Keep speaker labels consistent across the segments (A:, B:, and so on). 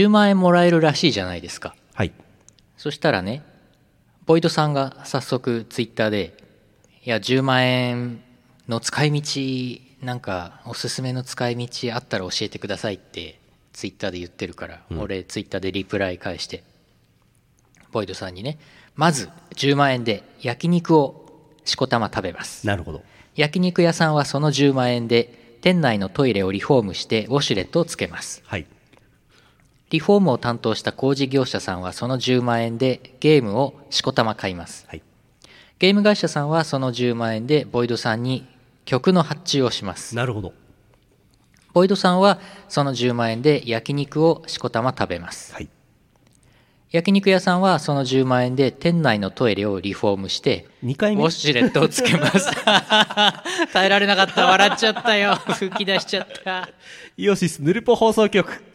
A: 10万円もらえるらしいじゃないですか
B: はい。
A: そしたらねボイドさんが早速ツイッターで「いや10万円の使い道なんかおすすめの使い道あったら教えてください」ってツイッターで言ってるから、俺ツイッターでリプライ返してボイドさんにねまず10万円で焼肉をしこたま食べます
B: なるほど。
A: 焼肉屋さんはその10万円で店内のトイレをリフォームしてウォシュレットをつけます
B: はい。
A: リフォームを担当した工事業者さんはその10万円でゲームをしこたま買います
B: はい。
A: ゲーム会社さんはその10万円でボイドさんに曲の発注をします
B: なるほど。
A: ボイドさんはその10万円で焼肉をしこたま食べます
B: はい。
A: 焼肉屋さんはその10万円で店内のトイレをリフォームして
B: 2回
A: ウォ
B: 目。
A: シュレットをつけます 耐えられなかった笑っちゃったよ 吹き出しちゃった
B: イオシスヌルポ放送局。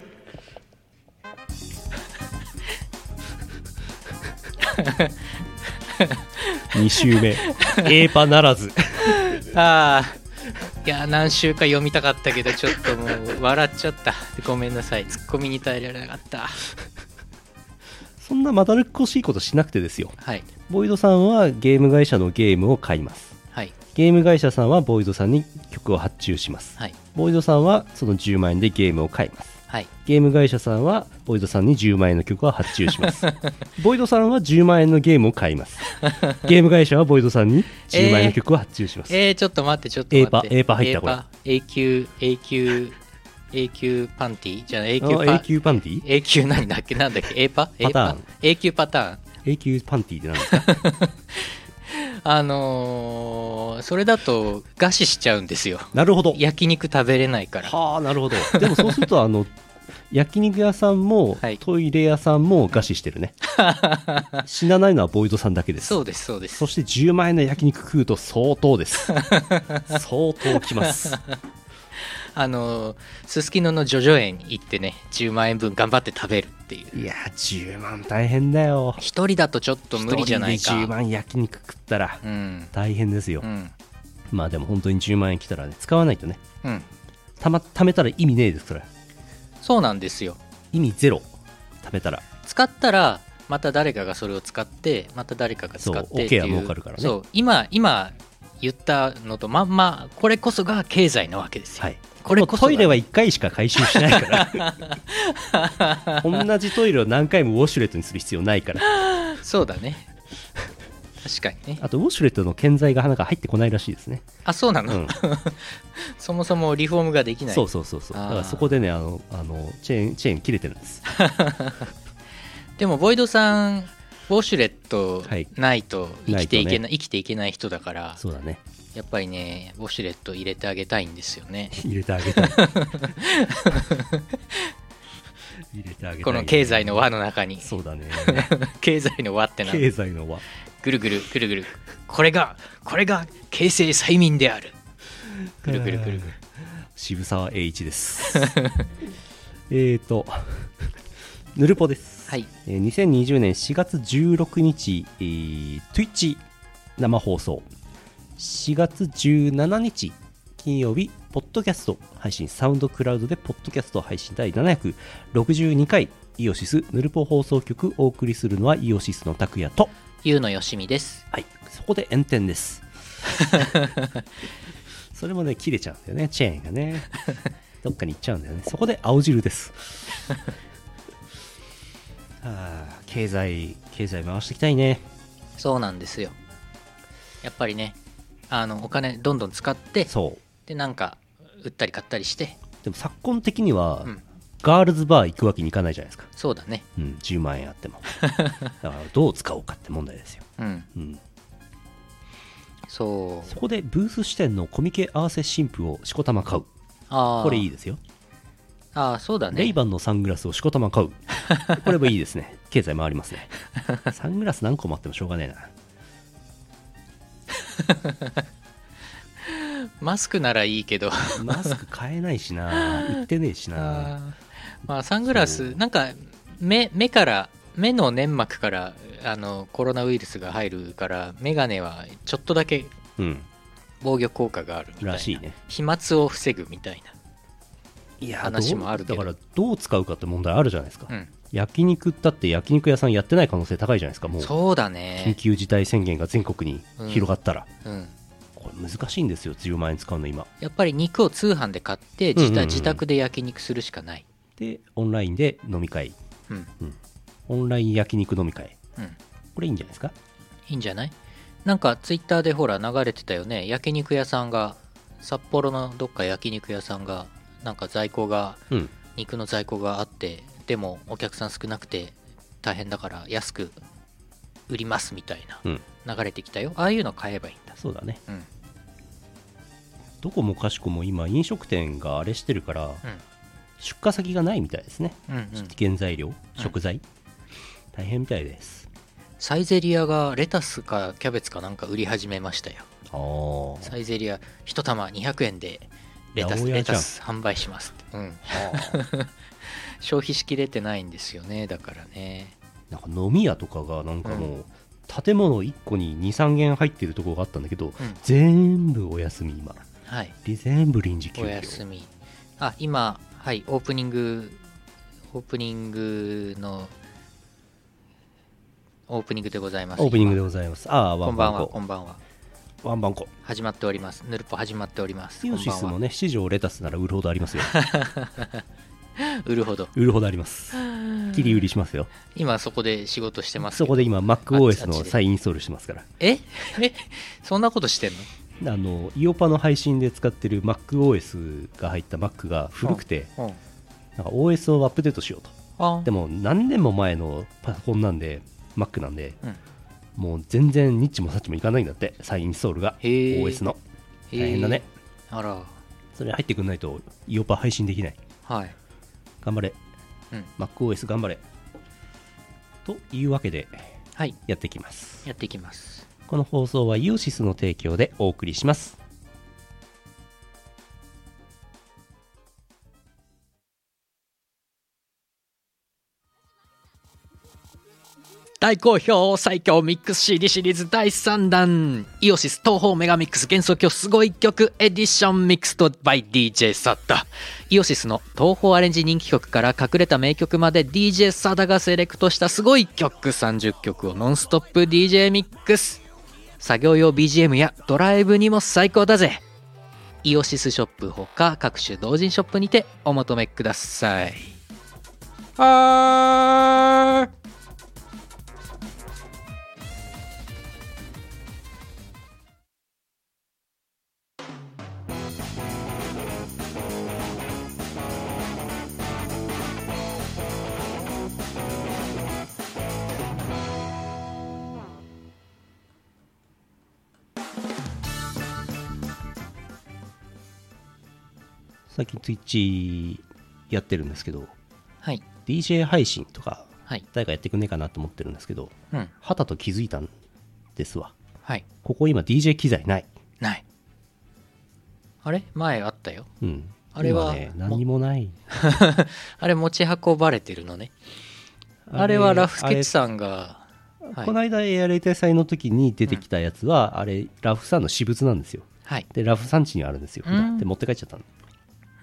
B: 2週目。A パならず。
A: ああいや何週か読みたかったけどちょっともう笑っちゃったごめんなさいツッコミに耐えられなかった
B: そんなまだるっこしいことしなくてですよ。
A: はい
B: ボイドさんはゲーム会社のゲームを買います。
A: はい
B: ゲーム会社さんはボイドさんに曲を発注します。
A: はい
B: ボイドさんはその10万円でゲームを買います。
A: はい
B: ゲーム会社さんはボイドさんに10万円の曲を発注します ボイドさんは10万円のゲームを買いますゲーム会社はボイドさんに10万円の曲を発注します、
A: えー、ちょっと待ってちょっと待って
B: エーパーエーパー入ったこれ
A: れ A 級 A 級 A 級パンティじゃあ A 級
B: あ
A: パ
B: A 級パンティ
A: A 級何だっけなんだっけ A パ A
B: パターン
A: A 級パターン
B: A 級パンティって何ですか
A: あのーそれだと餓死しちゃうんですよ
B: なるほど
A: 焼肉食べれないから
B: はあなるほどでもそうすると あの焼肉屋さんも、
A: はい
B: トイレ屋さんも餓死して るね死なないのはボイドさんだけです
A: そうですそうです
B: そして10万円の焼肉食うと相当です 相当きます
A: あのすすきのの叙々苑行ってね10万円分頑張って食べるっていう
B: いやー10万大変だよ
A: 一人だとちょっと無理じゃない
B: 一人で10
A: か
B: 万焼肉食ったら
A: うん
B: 大変ですよ、
A: うん
B: まあでも本当に10万円来たらね使わないとね
A: うん
B: たま貯めたら意味ねえですから
A: そうなんですよ
B: 意味ゼロ貯めたら
A: 使ったらまた誰かがそれを使ってまた誰かが使って
B: そう
A: っていう
B: OK は儲かるからね
A: そう今今言ったのとまんまこれこそが経済なわけですよ、
B: はい
A: こ
B: で
A: れ
B: も
A: こそ
B: ト
A: が
B: イレは1回しか回収しないから 同じトイレを何回もウォシュレットにする必要ないから
A: そうだね確かにね
B: あとウォシュレットの建材がなんか入ってこないらしいですね、
A: あそうな
B: う
A: の、
B: ん、
A: そもそもリフォームができない
B: そうそうそうそう
A: あー
B: だからそこでねあのあのチェーンチェーン切れてるんです
A: でもボイドさんウォシュレット
B: はい
A: ないと生きていけない,、
B: な
A: 生きていけない人だから
B: そうだね
A: やっぱりねウォシュレット入れてあげたいんですよね
B: 入れてあ げたい入れてあげたい
A: この経済の輪の中に
B: そうだね
A: 経済の輪ってな
B: 経済の輪
A: ぐるぐるぐるぐるこれがこれが形成催眠であるぐるぐるぐるぐる
B: 渋沢栄一です えーとぬるぽです、
A: はい
B: えー2020年4月16日、えー、Twitch 生放送4月17日金曜日ポッドキャスト配信サウンドクラウドでポッドキャスト配信第762回イオシスヌルポ放送局お送りするのはイオシスの拓也と
A: ゆうのよしみです
B: はい、そこで炎天 です。それもね、切れちゃうんだよね、チェーンがね。どっかに行っちゃうんだよね。そこで青汁です。 ああ、経済、経済回していきたいね。
A: そうなんですよやっぱりねあのお金どんどん使って
B: そう。
A: でなんか売ったり買ったりして
B: でも昨今的には、
A: うん
B: ガールズバー行くわけにいかないじゃないですか。
A: そうだね
B: うん、10万円あ っても。だからどう使おうかって問題ですよ。
A: うん
B: うん、
A: そう
B: そこでブース支店のコミケ合わせ新婦をしこたま買う。
A: ああ
B: これいいですよ。
A: ああそうだね
B: レイバンのサングラスをしこた ま買う。これもいいですね。経済回りますね。サングラス何個もあってもしょうがねえな。
A: マスクならいいけど
B: マスク買えないしな。売ってねえしな。
A: あー まあサングラ
B: そ
A: スなんか目目から目の粘膜からあのコロナウイルスが入るから眼鏡はちょっとだけ
B: うん。
A: 防御効果があるみたいな
B: らしいね
A: 飛沫を防ぐみたいな
B: いや
A: 話もあるけど
B: だからどう使うかって問題あるじゃないですか、
A: うん、
B: 焼肉だって焼肉屋さんやってない可能性高いじゃないですかもう
A: そうだ
B: 緊
A: ね、
B: 急事態宣言が全国に広がったら、
A: うん、
B: これ難しいんですよ10万円使うの今
A: やっぱり肉を通販で買って自,、
B: うんうんうん
A: 自宅で焼肉するしかない、
B: でオンラインで飲み会
A: うん
B: オンライン焼肉飲み会
A: うん、い
B: これいいんじゃないですか
A: いんじゃないなんかツイッターでほら流れてたよね焼肉屋さんが札幌のどっか焼肉屋さんがなんか在庫が
B: うん
A: 肉の在庫があってでもお客さん少なくて大変だから安く売りますみたいな
B: うん
A: 流れてきたよああいうの買えばいいんだ
B: そうだね
A: うん
B: どこもかしこも今飲食店があれしてるから、出荷先がないみたいですね、
A: うんうんうん
B: 原材料食材、大変みたいです
A: サイゼリアがレタスかキャベツかなんか売り始めましたよ
B: ああ
A: サイゼリア1玉200円でレタ
B: 八
A: ス
B: 百屋
A: レ
B: じゃん
A: タス販売しますって、うん、消費しきれてないんですよねだからね
B: なんか飲み屋とかがなんかもう、建物1個に23軒入ってるところがあったんだけど、全部お休み今
A: はい
B: り全部臨時休
A: お
B: 業
A: 休みあ今はいオープニングオープニングのオープニングでございます
B: オープニングで
A: 今
B: ございますああワ
A: こん
B: ン
A: ば
B: バ
A: ん
B: ン
A: は
B: コ
A: こんばんは
B: ワンバンコ
A: 始まっておりますヌルポ始まっております
B: イオシ
A: こ
B: ス
A: んば
B: も
A: ん
B: ね七条レタスなら売るほどありますよ
A: は売るほど
B: 売るほどあ ります 切り売りしますよ
A: 今そこで仕事してますけ
B: そ
A: ど
B: こで今
A: あ
B: MacOS
A: っち
B: の再インストールしてますから
A: ええそんなことしてんの
B: あのイオパの配信で使ってる MacOS が入った Mac が古くて
A: うん
B: なんか OS をアップデートしようと
A: あ
B: でも何年も前のパソコンなんで Mac なんで
A: うん
B: もう全然ニッチもサッチもいかないんだって再インストールが
A: へー
B: OS の
A: へー
B: 大変だね
A: あら
B: それ入ってくんないとイオパ配信できない
A: はい
B: 頑張れ
A: うん
B: MacOS 頑張れというわけで
A: はい
B: やっていきます
A: やっていきます
B: この放送はイオシスの提供でお送りします
A: 大好評最強ミックス CD シリーズ第3弾イオシス東方メガミックス幻想郷すごい曲エディションミックスと by DJ サダイオシスの東方アレンジ人気曲から隠れた名曲まで DJ サダがセレクトしたすごい曲30曲をノンストップ DJ ミックス作業用 BGM やドライブにも最高だぜイオシスショップほか各種同人ショップにてお求めくださいはー
B: 最近 Twitch やってるんですけど
A: はい
B: DJ 配信とか
A: はい
B: 誰かやってくんねえかなと思ってるんですけど
A: うん
B: はたと気づいたんですわ
A: はい
B: ここ今 DJ 機材ない
A: ないあれ前あったよ
B: うん
A: あれは
B: 今ね何にもない
A: あれ持ち運ばれてるのねあれはラフスケッチさんが
B: あ
A: は
B: れ
A: い
B: この間エアレイテ祭の時に出てきたやつは、あれラフさんの私物なんですよ
A: はい
B: でラフ産地にあるんですよ、
A: うん
B: で持って帰っちゃったの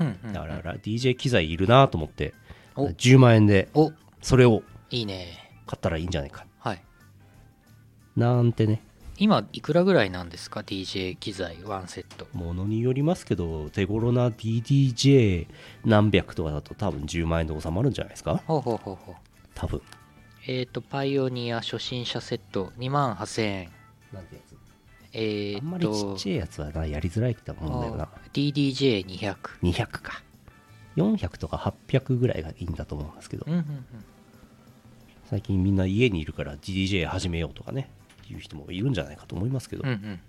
A: うんうん
B: だから、ら DJ 機材いるなと思って
A: お
B: 10万円で
A: お
B: それを
A: いいね
B: 買ったらいいんじゃないか
A: はい
B: なんてね
A: 今いくらぐらいなんですか DJ 機材1セット
B: ものによりますけど手頃な DDJ 何百とかだと多分10万円で収まるんじゃないですか
A: ほうほうほうほう
B: 多分
A: えっ、とパイオニア初心者セット2万8000円
B: なんてやつ
A: えっ、と
B: あんまりちっちゃいやつはなやりづらいってもんだよな
A: あー DDJ200
B: 200か400とか800ぐらいがいいんだと思うんですけど
A: うんうんうん
B: 最近みんな家にいるから DJ 始めようとかねいう人もいるんじゃないかと思いますけど、
A: うんうん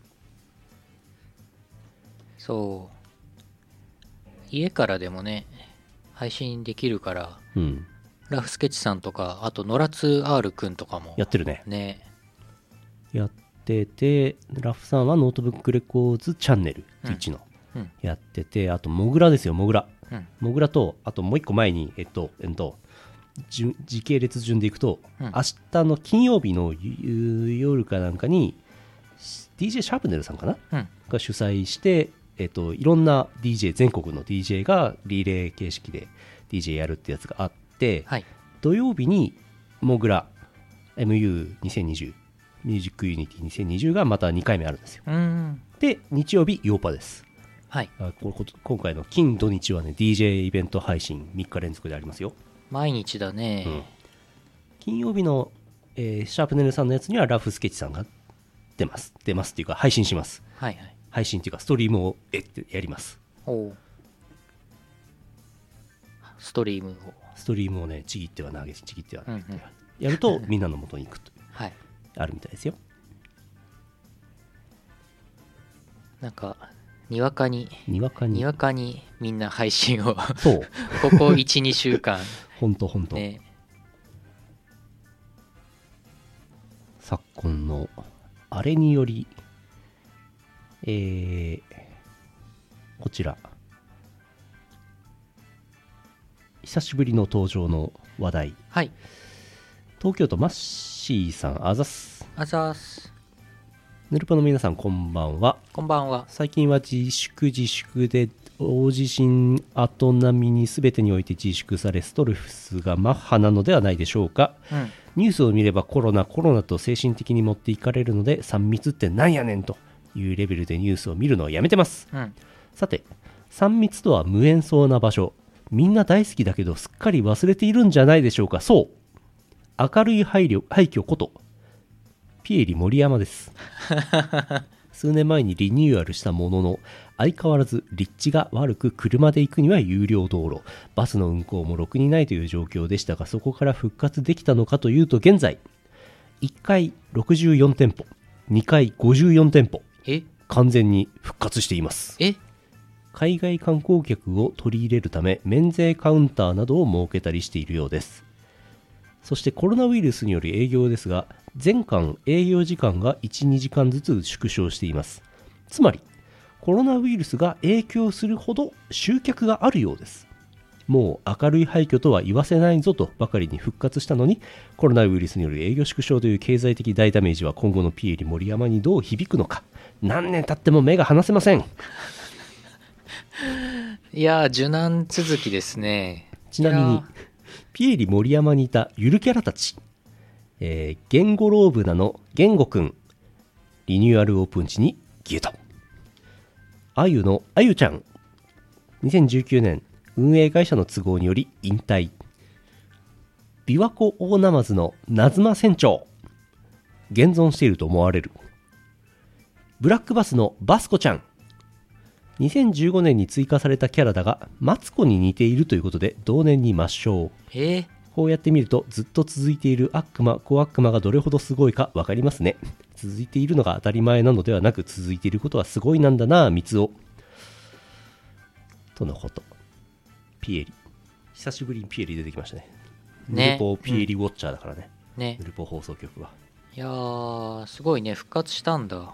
A: そう家からでもね配信できるから
B: うん
A: ラフスケッチさんとかあと野良津 R くんとかも
B: やってるね
A: ね
B: やっててラフさんはノートブックレコーズチャンネル
A: うん
B: Twitch の、
A: うん
B: やっててあとモグラですよモグラ
A: うん
B: モグラとあともう一個前にえっとえっと順時系列順でいくと、
A: うん
B: 明日の金曜日の夕夜かなんかに DJ シャープネルさんかな
A: うん
B: が主催してえっと、いろんな DJ 全国の DJ がリレー形式で DJ やるってやつがあって、
A: はい
B: 土曜日にモグラ MU2020 ミュージックユニティ2020がまた2回目あるんですよ
A: うーん
B: で日曜日イオパです
A: はい
B: あここ今回の金土日はね DJ イベント配信3日連続でありますよ
A: 毎日だね、
B: うん金曜日の、えーシャープネルさんのやつにはラフスケッチさんが出ます出ますっていうか配信します
A: はいはい
B: 配信っていうかストリームをえってやります
A: おうストリームを
B: ストリームをねちぎっては投げちぎっては投
A: う
B: げ、
A: んうん
B: やるとみんなの元に行くという
A: はい
B: あるみたいですよ
A: なんかにわかに
B: にわかに
A: にわかにみんな配信を こ
B: そう
A: こ12週間
B: ほんとほん と、
A: ね
B: 昨今のあれにより、えー、こちら久しぶりの登場の話題
A: はい
B: 東京都マッシーさんあざっす
A: あざーす
B: ヌルポの皆さんこんばんは
A: こんばんは
B: 最近は自粛自粛で大地震後並みに全てにおいて自粛されストレスがマッハなのではないでしょうか
A: うん
B: ニュースを見ればコロナコロナと精神的に持っていかれるので3密ってなんやねんというレベルでニュースを見るのをやめてます
A: うん
B: さて3密とは無縁そうな場所みんな大好きだけどすっかり忘れているんじゃないでしょうかそう明るい配慮廃墟ことピエリ森山です数年前にリニューアルしたものの相変わらず立地が悪く車で行くには有料道路バスの運行もろくにないという状況でしたがそこから復活できたのかというと現在1階64店舗2階54店舗
A: え
B: 完全に復活しています
A: え
B: 海外観光客を取り入れるため免税カウンターなどを設けたりしているようですそしてコロナウイルスによる営業ですが全館営業時間が12時間ずつ縮小していますつまりコロナウイルスが影響するほど集客があるようですもう明るい廃墟とは言わせないぞとばかりに復活したのにコロナウイルスによる営業縮小という経済的大ダメージは今後のピエリ森山にどう響くのか何年経っても目が離せません
A: いやー受難続きですね
B: ちなみ
A: い
B: に
A: や、
B: ピエリ森山にいたゆるキャラたち、えー、ゲンゴローブナのゲンゴくん、リニューアルオープン時に消えた。あゆのあゆちゃん、2019年、運営会社の都合により引退。琵琶湖大ナマズのナズマ船長、現存していると思われる。ブラックバスのバスコちゃん、2015年に追加されたキャラだがマツコに似ているということで同年に抹消
A: えー
B: こうやって見るとずっと続いている悪魔小悪魔がどれほどすごいか分かりますね続いているのが当たり前なのではなく続いていることはすごいなんだなあ三つおとのことピエリ久しぶりにピエリ出てきましたね
A: ね
B: ヌルポピエリウォッチャーだからね、
A: ね
B: ヌルポ放送局はい
A: やーすごいね復活したんだ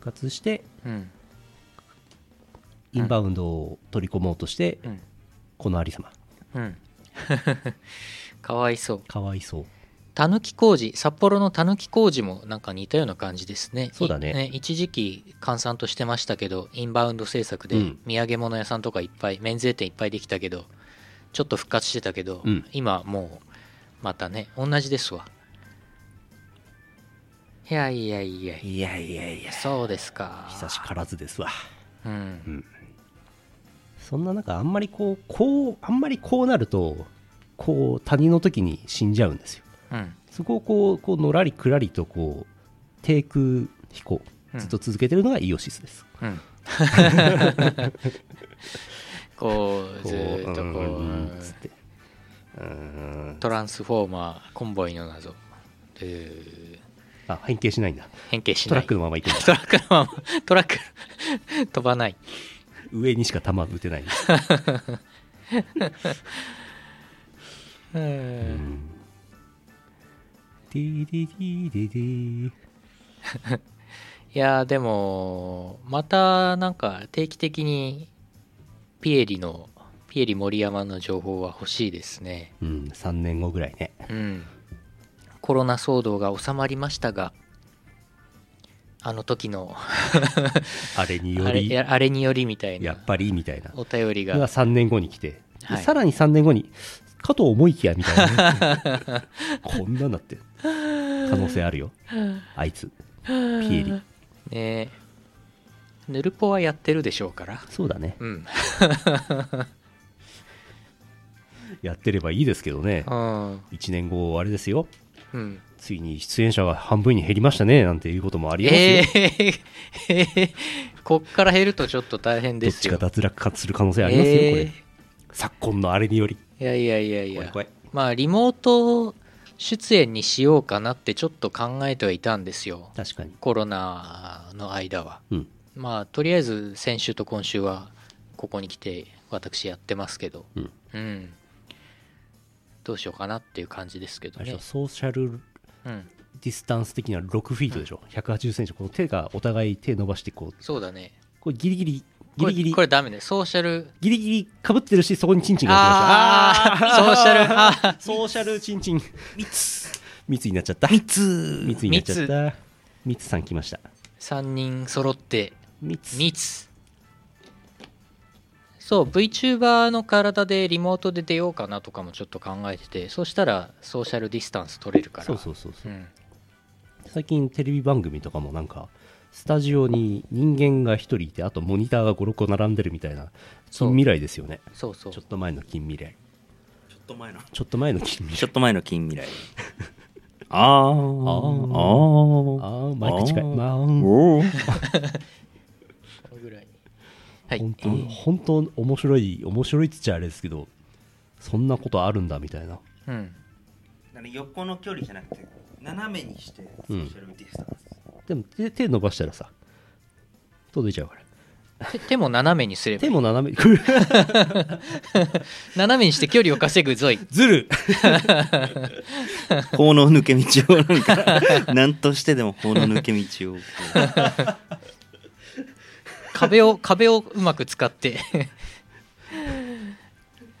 B: 復活して
A: うん
B: インバウンドを取り込もうとして、
A: うん
B: このありさま
A: うん。 かわいそう。
B: かわいそう
A: たぬき工事、札幌のたぬき工事もなんか似たような感じですね。
B: そうだね
A: い一時期、閑散としてましたけど、インバウンド政策で
B: うん、
A: 土産物屋さんとかいっぱい、免税店いっぱいできたけど、ちょっと復活してたけど、
B: うん
A: 今もう、またね、同じですわ。いやいやいやい
B: いやいやいや
A: や、そうですか。
B: 久しからずですわ
A: うん。
B: そんな中あんまりこうこうあんまりこうなるとこう谷の時に死んじゃうんですよ
A: うん。
B: そこをこうこうのらりくらりとこう低空飛行
A: うん
B: ずっと続けてるのがイオシスです、
A: うん。 こう、
B: こう
A: ずーっとこ
B: うんうんうん
A: う
B: つっ。てうーん
A: トランスフォーマーコンボイの謎、えー
B: あ変形しないんだ
A: 変形し
B: ト
A: な
B: ラ
A: い
B: ックのまま行くんだ
A: トラックのまま トラック飛ばない
B: 上にしか球打てない、
A: う
B: うんん、ディディディディディ
A: いやーでもまたなんか定期的にピエリのピエリ森山の情報は欲しいですね
B: うん3年後ぐらいね
A: うんコロナ騒動が収まりましたがあの時の
B: あれによ
A: あれ
B: り
A: やあれによりみたい
B: や
A: な
B: っぱりみたいな
A: お便りが
B: が3年後に来て、で
A: はい
B: さらに3年後にかと思いきやみたいな ねこんなんだって可能性あるよあいつピエリ
A: ねヌルポはやってるでしょうから
B: そうだね
A: うん、
B: やってればいいですけどね
A: うん
B: 1年後あれですよ
A: うん、
B: ついに出演者が半分に減りましたねなんていうこともありえますよ、
A: えー、えー こっから減るとちょっと大変
B: ど
A: で
B: っ
A: す
B: ち
A: よ
B: が脱落かする可能性ありますよ、こ
A: えー
B: れ昨今のあれにより
A: いやいやいやいや
B: 怖い怖い
A: まあリモート出演にしようかなってちょっと考えてはいたんですよ
B: 確かに
A: コロナの間は
B: うん
A: まあとりあえず先週と今週はここに来て私やってますけど
B: うん
A: うんどうしようかなっていう感じですけど
B: あれでし
A: ね
B: ょソーシャル
A: うん
B: ディスタンス的な6フィートでしょ、180センチこの手がお互い手伸ばしてこう
A: そうだね
B: これギリギリギ
A: こ
B: リ
A: れ
B: ギリ
A: これダメねソーシャル
B: ギリギリかぶってるしそこにチンチンが
A: あーソーシャルあー
B: ルソーシャルチンチン密密になっちゃった密密になっちゃった密さん来ました
A: 3人揃って
B: 密
A: 密そう VTuber の体でリモートで出ようかなとかもちょっと考えててそしたらソーシャルディスタンス取れるから
B: そうそうそうそううん最近テレビ番組とかもなんかスタジオに人間が1人いてあとモニターが56個並んでるみたいな
A: そう
B: 近未来ですよね
A: そうそう
B: ちょっと前の近未来
C: ちょっと前の。
B: ちょっと前の近未
C: ちょ
B: 来
C: っと前の近 未来。あーあー
B: あ
C: あ
B: ーマイク近い
C: あー
B: まあ
C: おお。
A: これぐらいにはい
B: 本当本当面白い面白いっつっちゃあれですけどそんなことあるんだみたいな
A: うん
C: 横の距離じゃなくて、斜めにして、
B: う
C: ソ
B: ん
C: ーシャルディスタンス。
B: でも手手伸ばしたらさ届いちゃうから
A: 手手も斜めにすれば
B: 手も斜め
A: 斜めにして距離を稼ぐぞい
B: ずる
C: 法の抜け道を、なんか、なんとしてでも法の抜け道をこ う。
A: 壁 を壁をうまく使って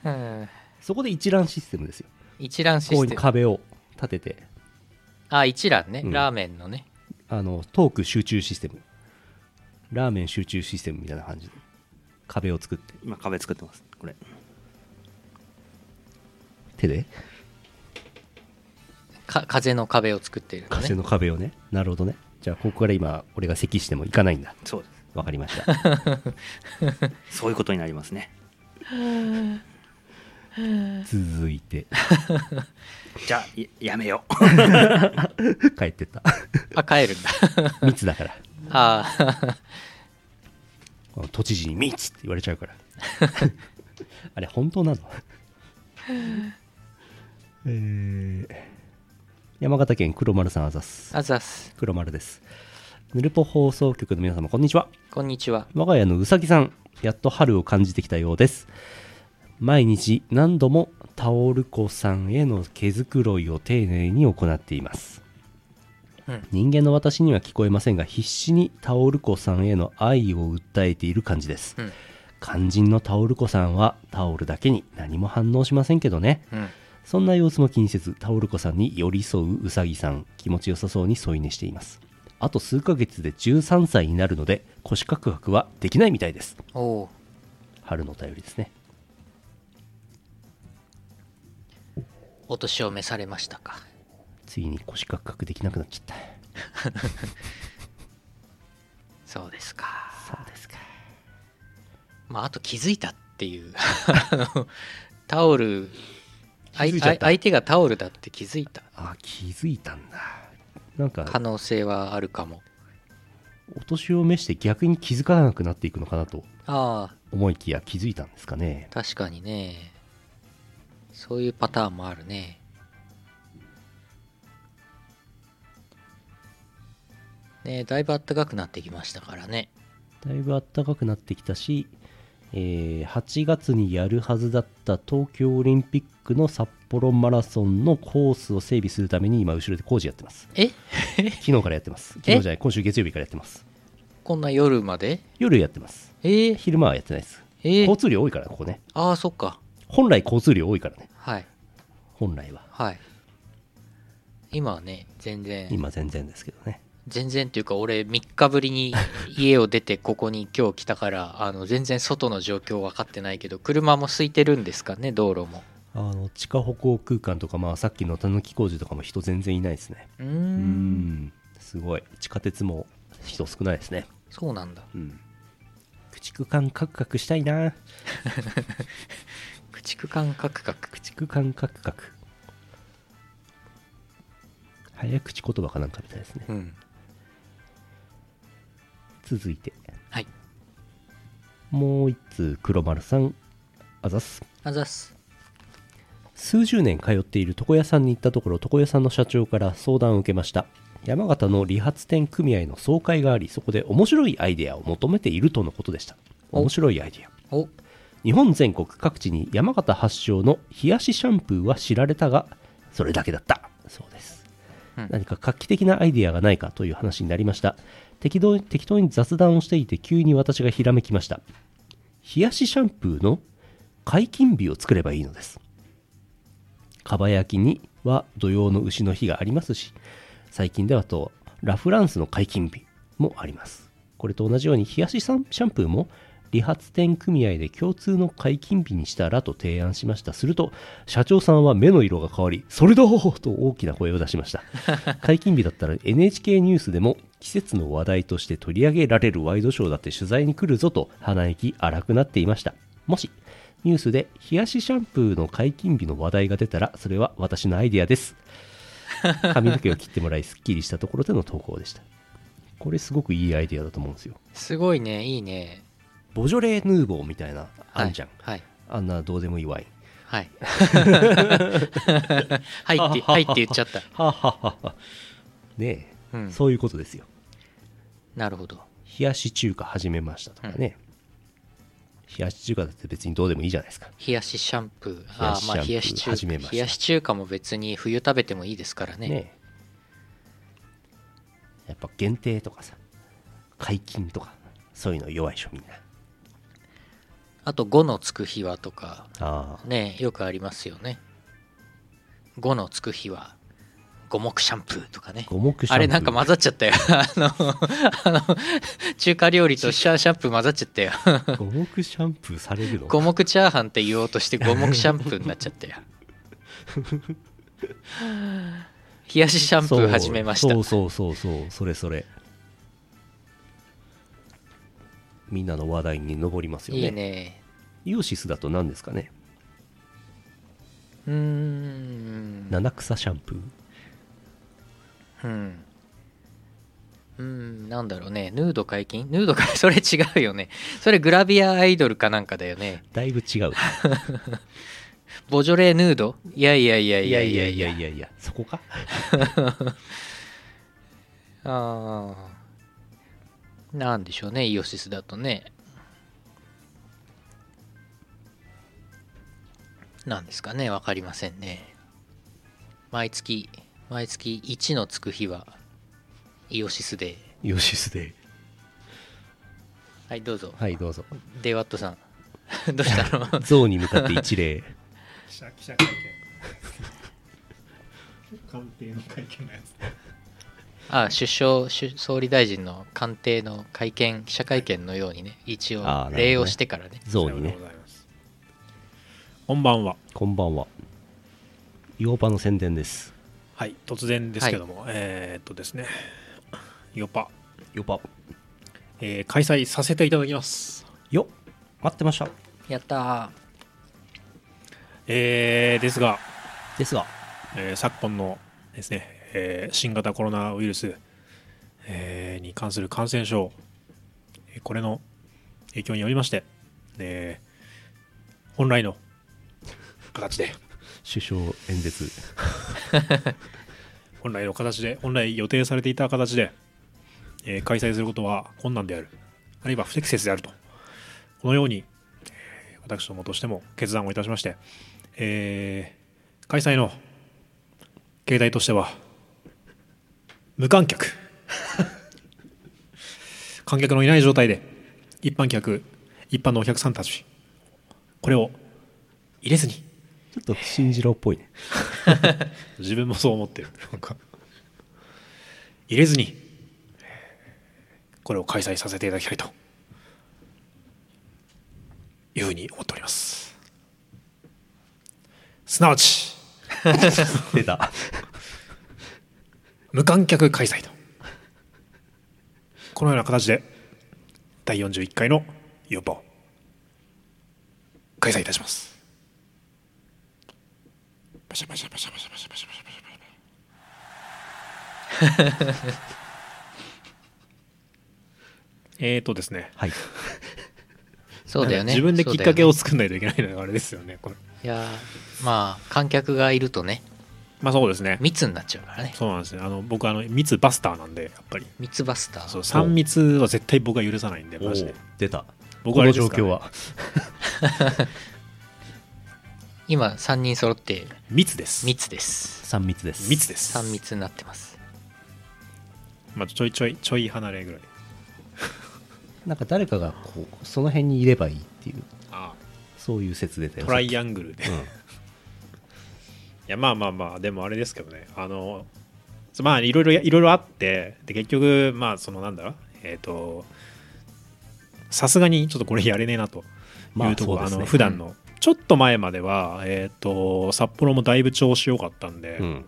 A: うん
B: そこで一覧システムですよ
A: 一覧シ
B: ここ
A: ス
B: に
A: テム
B: 壁を立てて
A: あ一覧ね、
B: うん
A: ラーメンのね
B: あのトーク集中システムラーメン集中システムみたいな感じで壁を作って
C: 今壁作ってます。これ。
B: 手で
A: か風の壁を作っているのね
B: 風の壁をねなるほどねじゃあここから今俺が咳しても行かないんだ
C: そうです。
B: わかりました
C: そういうことになりますね。
B: 続いて
C: じゃあ、ややめよ
B: 帰ってった
A: あ帰 るんだ
B: 密だから
A: ああ
B: この都知事に密って言われちゃうから あれ本当なの えー山形県黒丸さんあざっ す
A: あざっす
B: 黒丸ですヌルポ放送局の皆様こんにちは
A: こんにちは
B: 我が家のうさぎさんやっと春を感じてきたようです毎日何度もタオル子さんへの毛づくろいを丁寧に行っていま
A: う
B: す、
A: ん
B: 人間の私には聞こえませんが必死にタオル子さんへの愛を訴えている感じです、
A: うん
B: 肝心のタオル子さんはタオルだけに何も反応しませんけどね
A: うん
B: そんな様子も気にせずタオル子さんに寄り添ううさぎさん気持ちよさそうに添い寝していますあと数ヶ月で13歳になるので腰カクカクはできないみたいです
A: おお
B: 春のお便りですね
A: お年を召されましたか
B: ついに腰カクカクできなくなっちゃった
A: そうですか
B: そうですか
A: まああと気づいたっていう あのタオルあ
B: 気づ
A: い
B: いちゃ
A: あ
B: っ
A: い
B: た
A: 相手がタオルだって気づいた
B: あ気づいたんだなん
A: 可
B: か
A: 能性はあるかも
B: お年を召して逆に気づかなくなっていくのかなと
A: ああ
B: 思いきや気づいたんですかね
A: 確かにねそういうパターンもあるねねえだいぶ暖かくなってきましたからね
B: だいぶ暖かくなってきたし、えー8月にやるはずだった東京オリンピックの札幌マラソンのコースを整備するために今後ろで工事やってます
A: え
B: 昨日からやってます昨日じゃない今週月曜日からやってます
A: こんな夜まで
B: 夜やってます
A: えー、
B: 昼間はやってないです
A: えー
B: 交通量多いからここね
A: ああそっか
B: 本来交通量多いからね
A: はい
B: 本来は
A: はい今はね全然
B: 今全然ですけどね
A: 全然というか俺3日ぶりに家を出てここに今日来たから あの全然外の状況分かってないけど車も空いてるんですかね道路も
B: あの地下歩行空間とか、まあ、さっきのたぬき工事とかも人全然いないですね
A: うー
B: うんんすごい地下鉄も人少ないですね
A: そうなんだ
B: うん駆逐艦カクカクしたいな
A: 駆逐艦カクカク
B: 駆逐艦カクカク早口言葉かなんかみたいですね
A: うん
B: 続いて
A: はい
B: もう一通黒丸さんあざっす
A: あざっす
B: 数十年通っている床屋さんに行ったところ床屋さんの社長から相談を受けました山形の理髪店組合の総会がありそこで面白いアイデアを求めているとのことでした
A: お
B: 面白いアイデア
A: お
B: 日本全国各地に山形発祥の冷やしシャンプーは知られたがそれだけだったそうです、
A: うん
B: 何か画期的なアイデアがないかという話になりました適当に適当に雑談をしていて急に私がひらめきました冷やしシャンプーの解禁日を作ればいいのですかば焼きには土用の牛の日がありますし最近ではとラ・フランスの解禁日もありますこれと同じように冷やしシャンシャンプーも理髪店組合で共通の解禁日にしたらと提案しましたすると社長さんは目の色が変わりそれだと大きな声を出しました 解禁日だったら NHK ニュースでも季節の話題として取り上げられるワイドショーだって取材に来るぞと鼻息荒くなっていましたもしニュースで冷やしシャンプーの解禁日の話題が出たらそれは私のアイデア です髪の毛を切ってもらいすっきりしたところでの投稿でしたこれすごくいいアイデアだと思うんですよ
A: すごいねいいね
B: ボジョレーヌーボーみたいなあんじゃん、
A: はい
B: あんなどうでもいいワイン
A: はい はいはいってはいって言っちゃった
B: はあはあはあはあねえ、
A: うん
B: そういうことですよ
A: なるほど
B: 冷やし中華始めましたとかね、冷やし中華だって別にどうでもいいじゃないですか
A: 冷やしシャンプーあーまあ冷
B: 冷
A: や
B: や
A: し
B: しシ
A: 中
B: ャンプー始めまし
A: 華
B: た
A: 冷やし中華も別に冬食べてもいいですからね
B: ねえやっぱ限定とかさ解禁とかそういうの弱いでしょみんな
A: あと5のつく日はとか
B: ああ
A: ねよくありますよね5のつく日は五目シャンプーとかね
B: 五目シャンプー
A: あれなんか混ざっちゃったよ あのあの中華料理とシャーシャンプー混ざっちゃっ たよ
B: 五目シャンプーされるの
A: 五目チャーハンって言おうとして五目シャンプーになっちゃった よ冷やしシャンプー始めました
B: そうそうそうそうそうそれそれみんなの話題に上りますよね
A: いいね
B: イオシスだと何ですかね
A: うーん
B: 七草シャンプー
A: うん。うん、なんだろうね。ヌード解禁ヌード解 それ違うよね。それグラビアアイドルかなんかだよね。
B: だいぶ違う
A: ボジョレーヌードいやいやいやい
B: い
A: やいやいや。
B: いやいやそこか
A: ああ。なんでしょうね、イオシスだとね。なんですかね、わかりませんね。毎月、毎月1のつく日は、イオシスで。
B: イオシスで
A: はい、どうぞ。
B: はいどうぞ
A: デイワットさん。 どうしたの
B: 象に向かって一礼
D: 記者記者会見官邸の会見のやつ
A: あ首相首総理大臣の官邸の会見記者会見のようにね一応
B: あーなるほどね
A: 礼をしてからね
B: 象にね
D: ございますこんばんは
B: こんばんはヨーパの宣伝です
D: はい突然ですけども、えーっとですねヨパ、
B: ヨーパ
D: えー開催させていただきます
B: よっ待ってました
A: やった
D: えーですが、
B: ですが
D: えー昨今のですね、えー新型コロナウイルス、えーに関する感染症えーこれの影響によりまして、えー本来の形で
B: 首相演説
D: 本来の形で本来予定されていた形で、えー開催することは困難であるあるいは不適切であるとこのようにえー私どもとしても決断をいたしまして、えー開催の形態としては無観客 観客のいない状態で一般客一般のお客さんたちこれを入れずに
B: ちょっと信じろっぽいね
D: 自分もそう思ってるなんか入れずにこれを開催させていただきたいというふうに思っておりますすなわち
B: 出た。
D: 無観客開催とこのような形で第41回のヨッパを開催いた しますパシャパシャパシャパシャパシャパシャパシャパシャパシャえーとですね
B: はい。
A: そうだよね
D: 自分できっかけを
A: そう
D: 作んないといけないのがあれですよねこれ
A: だよねいやーまあ観客がいるとね
D: まあそうですね
A: 密になっちゃうからね
D: そうなんですねあの僕あの密バスターなんでやっぱり
A: 密バスター
D: そう3密は絶対僕は許さないんで
B: お
D: マジで
B: ー出た。
D: 僕
B: こ
D: はあ
B: の
D: れで
B: 状
D: すから
B: 況
D: ね
B: は。
A: 今3人揃って
D: 密です
A: 密です
B: 3密です。
D: 密です
A: 3密になってます
D: まあ、ちょいちょいちょい離れぐらい
B: なんか誰かがこう、その辺にいればいいっていう、
D: あ
B: そういう説出たよ。
D: トライアングルで、
B: うん
D: いやまあまあまあでもあれですけどねあのまあいろいろいろいろあってで結局まあそのなんだろうえっ、とさすがにちょっとこれやれねえなと
B: まあ
D: いうところ、
B: そう
D: あ
B: ですね
D: の普段の、ちょっと前までは、えっと札幌もだいぶ調子良かったんで、
B: うん。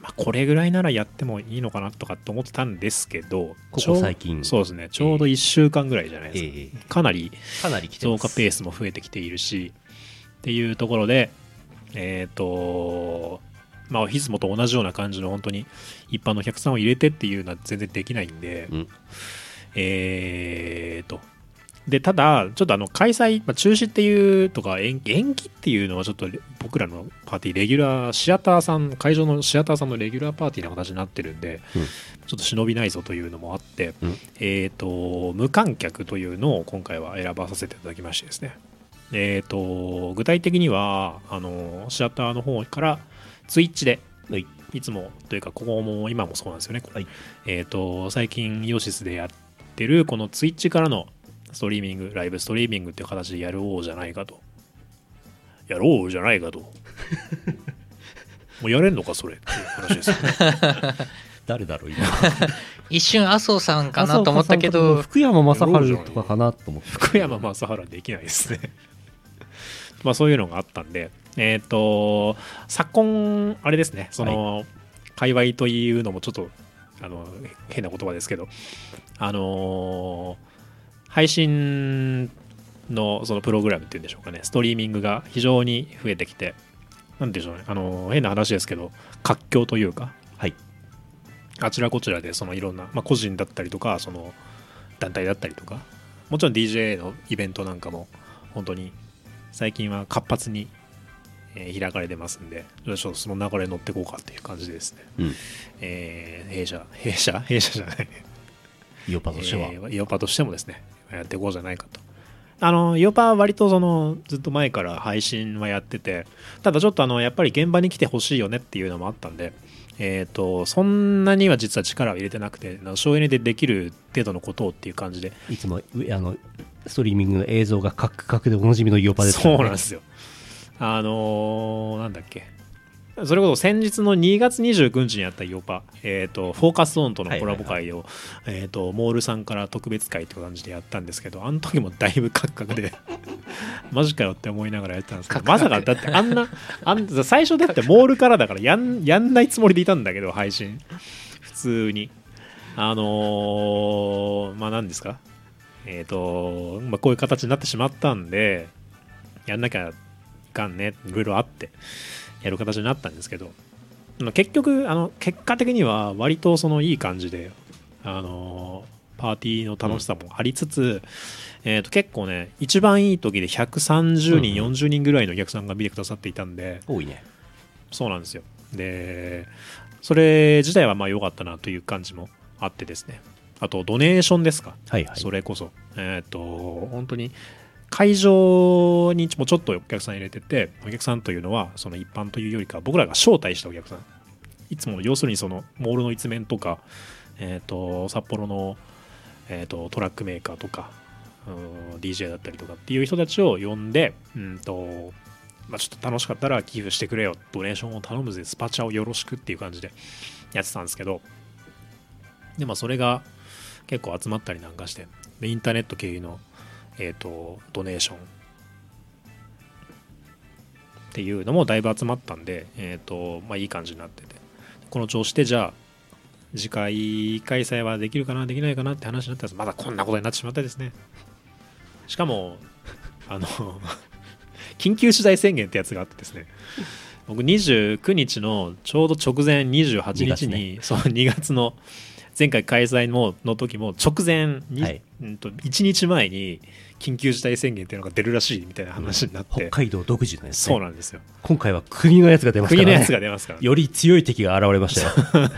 D: まあ、これぐらいならやってもいいのかなとかって思ってたんですけど
B: こ
D: ちょう
B: こ最近。
D: そうですねちょうど1週間ぐらいじゃないですか、
B: ええ
D: かなり
B: かなり来てま
D: 増
B: す。
D: 加ペースも増えてきているしっていうところでえっ、とまあいつもと同じような感じの本当に一般のお客さんを入れてっていうのは全然できないんで、
B: うん
D: えっ、とでただちょっとあの開催、まあ、中止っていうとか延期延期っていうのはちょっとレ僕らのパーティーレギュラーシアターさん会場のシアターさんのレギュラーパーティーな形になってるんで、
B: うん
D: ちょっと忍びないぞというのもあって、
B: うん
D: えー、と無観客というのを今回は選ばさせていただきましてですね、えー、と具体的にはあのシアターの方からツイッチで
B: はい。
D: いつもというかここも今もそうなんですよね、
B: はい
D: えー、と最近イオシスでやってるこのツイッチからのストリーミングライブストリーミングっていう形でやろうじゃないかとやろうじゃないかともうやれんのかそれっていう話ですよね
B: 誰だろう、今。
A: 一瞬麻生さんかなと思ったけ
B: あそう
A: ど
B: 福山雅治とかかなと思って。
D: 福山雅治できないですね まあそういうのがあったんでえっ、と昨今あれですねその、界隈というのもちょっとあの変な言葉ですけどあのー配信のそのプログラムっていうんでしょうかねストリーミングが非常に増えてきてなんていうんでしょうねあの変な話ですけど活況というか
B: はい。
D: あちらこちらでそのいろんな、まあ、個人だったりとかその団体だったりとかもちろん DJ のイベントなんかも本当に最近は活発にえー開かれてますんでちょっとその流れに乗っていこうかっていう感じでですね、
B: うん。
D: えー弊社弊社 弊社じゃない
B: イオパとしては。
D: えーイオパとしてもですねやっていこうじゃないかとあのイオパは割とそのずっと前から配信はやっててただちょっとあのやっぱり現場に来てほしいよねっていうのもあったんでえー、とそんなには実は力を入れてなくてあの省エネでできる程度のことをっていう感じで
B: いつもうあのストリーミングの映像がカクカクでおなじみのイオパですか
D: そ
B: らね、
D: うなんですよあのーなんだっけそれこそ先日の2月29日にあったイオパ、えー、とフォーカスオンとのコラボ会を、えー、とモールさんから特別会って感じでやったんですけどあの時もだいぶカクカクでマジかよって思いながらやってたんですけど
A: カクカク
D: まさかだってあんなあん 最初だってモールからだからやんやんないつもりでいたんだけど配信普通にあのーまあ何ですかえっ、と、まあ、こういう形になってしまったんで、やんなきゃいかんね、いろいろあって、やる形になったんですけど、あの結局、あの、結果的には割とそのいい感じで、あのーパーティーの楽しさもありつつ、えっ、と、結構ね、一番いい時で130人、
B: うん
D: 40人ぐらいのお客さんが見てくださっていたんで、
B: 多いね
D: そうなんですよ。で、それ自体はまあ良かったなという感じもあってですね。あと、ドネーションですか。
B: はいはい
D: それこそ、えっ、と、本当に会場にもうちょっとお客さん入れてて、お客さんというのは、その一般というよりか、僕らが招待したお客さん、いつもの要するにそのモールの一面とか、えっ、と、札幌の、えー、とトラックメーカーとか、うん DJ だったりとかっていう人たちを呼んで、うんとまあ、ちょっと楽しかったら寄付してくれよ、ドネーションを頼むぜ、スパチャをよろしくっていう感じでやってたんですけど、でまあ、それが結構集まったりなんかしてでインターネット経由の、えー、とドネーションっていうのもだいぶ集まったんで、えーとまあ、いい感じになっててこの調子でじゃあ次回開催はできるかなできないかなって話になったんですまだこんなことになってしまったですねしかもあの 緊急事態宣言ってやつがあってですね僕29日のちょうど直前28日にそう2月の前回開催もの時も直前に、
B: はい
D: うんと1日前に緊急事態宣言っていうのが出るらしいみたいな話になって、
B: 北海道独自のやつ、ね、
D: そうなんですよ
B: 今回は国のやつが出ますから、
D: 国
B: ね、
D: のやつが出ますから
B: より強い敵が現れましたよ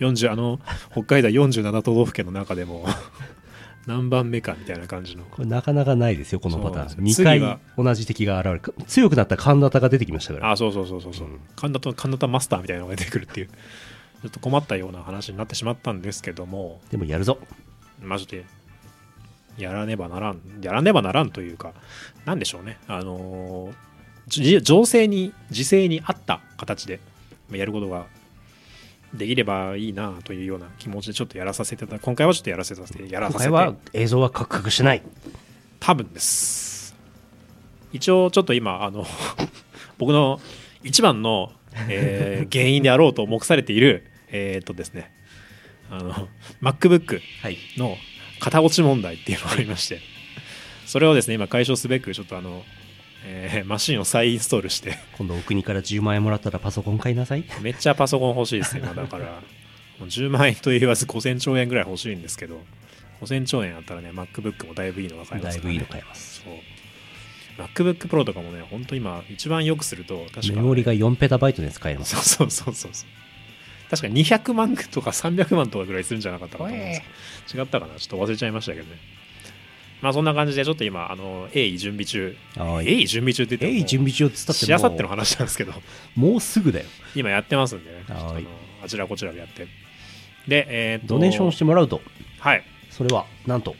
D: 40あの北海道47都道府県の中でも 何番目かみたいな感じの
B: これなかなかないですよこのパタ
D: そ
B: ー
D: う
B: ン
D: なんです
B: 2
D: よ次は
B: 回同じ敵が現れるか強くなった神田田が出てきましたから
D: あそうそうそうそうそう、
B: うん
D: 神田と神田とマスターみたいなのが出てくるっていうちょっと困ったような話になってしまったんですけども
B: でもやるぞ
D: マジでやらねばならんやらねばならんというかなんでしょうねあのーじ情勢に時勢に合った形でまあやることができればいいなというような気持ちでちょっとやらさせていただ今回はちょっとやらせてやら
B: 今
D: さ
B: 回
D: せて
B: は映像はカクカクしない
D: 多分です一応ちょっと今あの 僕の一番の、えー原因であろうと目されているえーっとですねあの MacBook
B: はい
D: の型落ち問題っていうのがありましてそれをですね今解消すべくちょっとあの、えーマシンを再インストールして
B: 今度お国から10万円もらったらパソコン買いなさい
D: めっちゃパソコン欲しいです ね、今だから。もう10万円と言わず5000兆円ぐらい欲しいんですけど、5000兆円あったらね、MacBook もだいぶいいのが買えま
B: だ
D: す
B: い
D: から
B: ぶ
D: ね
B: いいの買えます
D: そう。MacBook Pro とかもね、ほんと今、一番よくすると、確か、
B: メモリが4ペタバイトで使えます
D: そうそうそうそうそう。確か200万とか300万とかぐらいするんじゃなかったかと思うんですけど違ったかなちょっと忘れちゃいましたけどね。まあそんな感じで、ちょっと今、あの、鋭意準備中。
B: は
D: 鋭
B: い
D: 意準備中って言って
B: えい準備中っつったって
D: しあさっての
B: も
D: 話なんですけど。
B: うもうすぐだよ
D: 今やってますんでね、ちょ
B: はい
D: っとあのあちらこちらでやって。で、えーと
B: ドネーションしてもらうと
D: はい。
B: それはなんと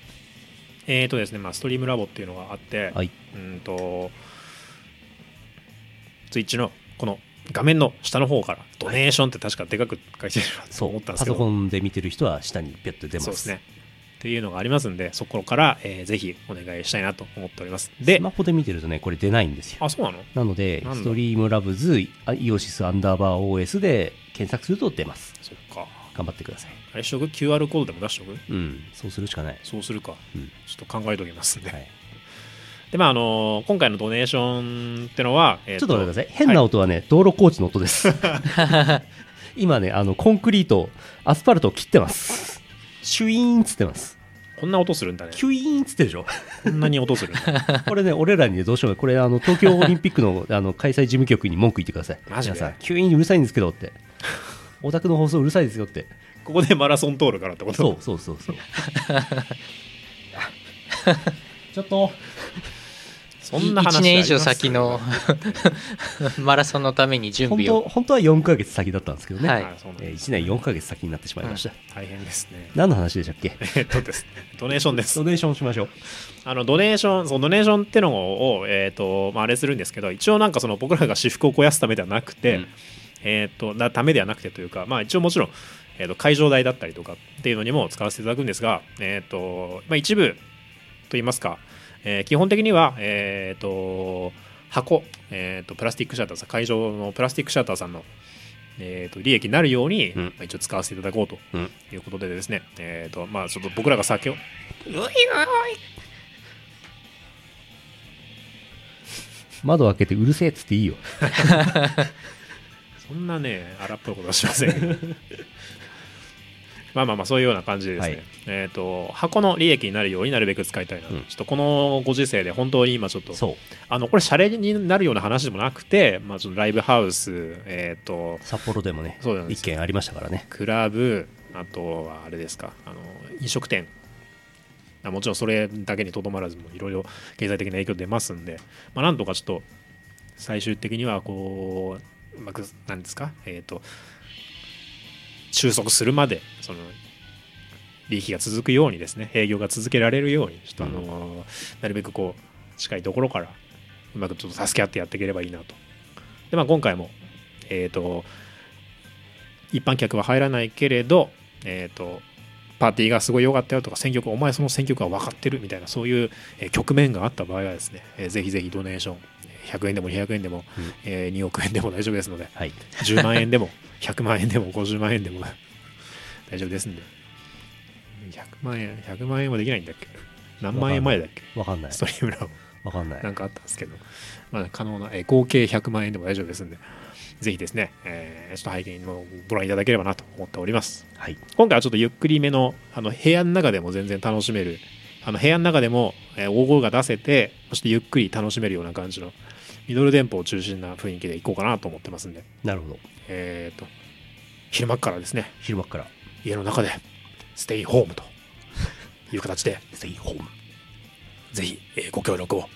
D: えーとですね、まあ、ストリームラボっていうのがあって、
B: はい
D: うんと、ツイッチのこの画面の下の方から、ドネーションって確かでかく書いてあるなと
B: そ
D: 思
B: う
D: ったん
B: パ
D: ですけ
B: ソ
D: ど、
B: コンで見てる人は下にピュッと出ます
D: そうですね。っていうのがありますんで、そこから、えーぜひお願いしたいなと思っております。で
B: ス、マホで見てるとねこれ出ないんですよ
D: あ、そうなの
B: なので
D: なんだ
B: ストリームラブズあイオシスアンダーバー OS で検索すると出ます
D: そっか。
B: 頑張ってください
D: あれしとく ?QR コードでも出しとく
B: うんそうするしかない、
D: そうするか。
B: うん
D: ちょっと考えておきますんで。
B: はい、
D: で、まあ、あの今回のドネーションってのは、えー
B: ちょっと待ってください変な音はね、道路工事の音です 今ねあのコンクリートアスファルトを切ってますシュイーンっつってます
D: こんな音するんだね。
B: キュイーンっつってるでしょ
D: こんなに音するんだ。
B: これね俺らにねどうしようもないこれあの東京オリンピック のあの開催事務局に文句言ってください
D: マジで
B: 皆さんキュイーンうるさいんですけどってオタクの放送うるさいですよって
D: ここでマラソン通るからってこと
B: そうそうそうそうちょっと
D: そんな話
A: 1年以上
D: あります
A: 先 のマラソンのために準
B: 本
A: 備
B: 当
A: を
B: 本当は4ヶ月先だったんですけどね、
A: はい
D: あそうなん
B: え
D: で
B: ー
D: す
B: 1年4ヶ月先になってしまいました、
D: 大変ですね。
B: 何の話でしたっけ
D: えっとですね、ドネーションです
B: ド。ネーションしましょう
D: あのドネーション、そうドネーションってのを、えっ、と、まあ、あれするんですけど、一応なんかその僕らが私服を肥やすためではなくて、
A: うん
D: えっ、と、なためではなくてというか、まあ一応もちろん、えー、と会場代だったりとかっていうのにも使わせていただくんですが、えっ、と、まあ一部と言いますか、えー基本的には、えっ、と、箱、えっ、と、プラスティックシャッターさん、会場のプラスティックシャッターさんの、えー、と利益になるように、
B: うん
D: まあ一応使わせていただこうと
B: うん
D: いうことでですね、えっ、と、まあちょっと僕らが酒を、
B: 窓開けてうるせえっつっていいよ
D: そんなね、荒っぽいことはしません けど。まあまあまあ、そういうような感じでです
B: は
D: ね、
B: い
D: えっ、と、箱の利益になるようになるべく使いたいな、
B: うん
D: ちょっとこのご時世で本当に今ちょっと、
B: そう
D: あの、これ、シャレになるような話でもなくて、まあ、ちょっとライブハウス、えっ、と、
B: 札幌でもね
D: そうなんです
B: 一件ありましたからね
D: クラブ、あとはあれですか、あの飲食店。あもちろんそれだけにとどまらず、もいろいろ経済的な影響出ますんで、まあ、なんとかちょっと最終的にはこう、うまく、なんですか、えっ、と、収束するまで、その、利益が続くようにですね、営業が続けられるように、ちょっとあのなるべくこう、近いところから、うまくちょっと助け合ってやっていければいいなと。で、まあ今回も、えっ、と、一般客は入らないけれど、えー、とパーティーがすごい良かったよとか選曲お前その選曲は分かってるみたいなそういうえー局面があった場合はですね、えーぜひぜひドネーションえー100円でも200円でも、
B: うん
D: えー2億円でも大丈夫ですので
B: はい。
D: 10万円でも100万 円でも50万円でも 大丈夫ですんで100万円100万円はできないんだっけ何万円前だっけ
B: わかんない
D: ス。トリームラボ
B: わかんない
D: な。んかあったんですけど、まあ、可能な、えー合計100万円でも大丈夫ですんで、ぜひですね、えーちょっと拝見をご覧いただければなと思っております。
B: はい。
D: 今回はちょっとゆっくりめの、あの部屋の中でも全然楽しめる、あの部屋の中でも、えー大声が出せて、そしてゆっくり楽しめるような感じの、ミドル電波を中心な雰囲気でいこうかなと思ってますんで、
B: なるほど。
D: えーと、昼間っからですね、
B: 昼間から。
D: 家の中で、ステイホームという形で、
B: ステイホーム。
D: ぜひ、えーご協力を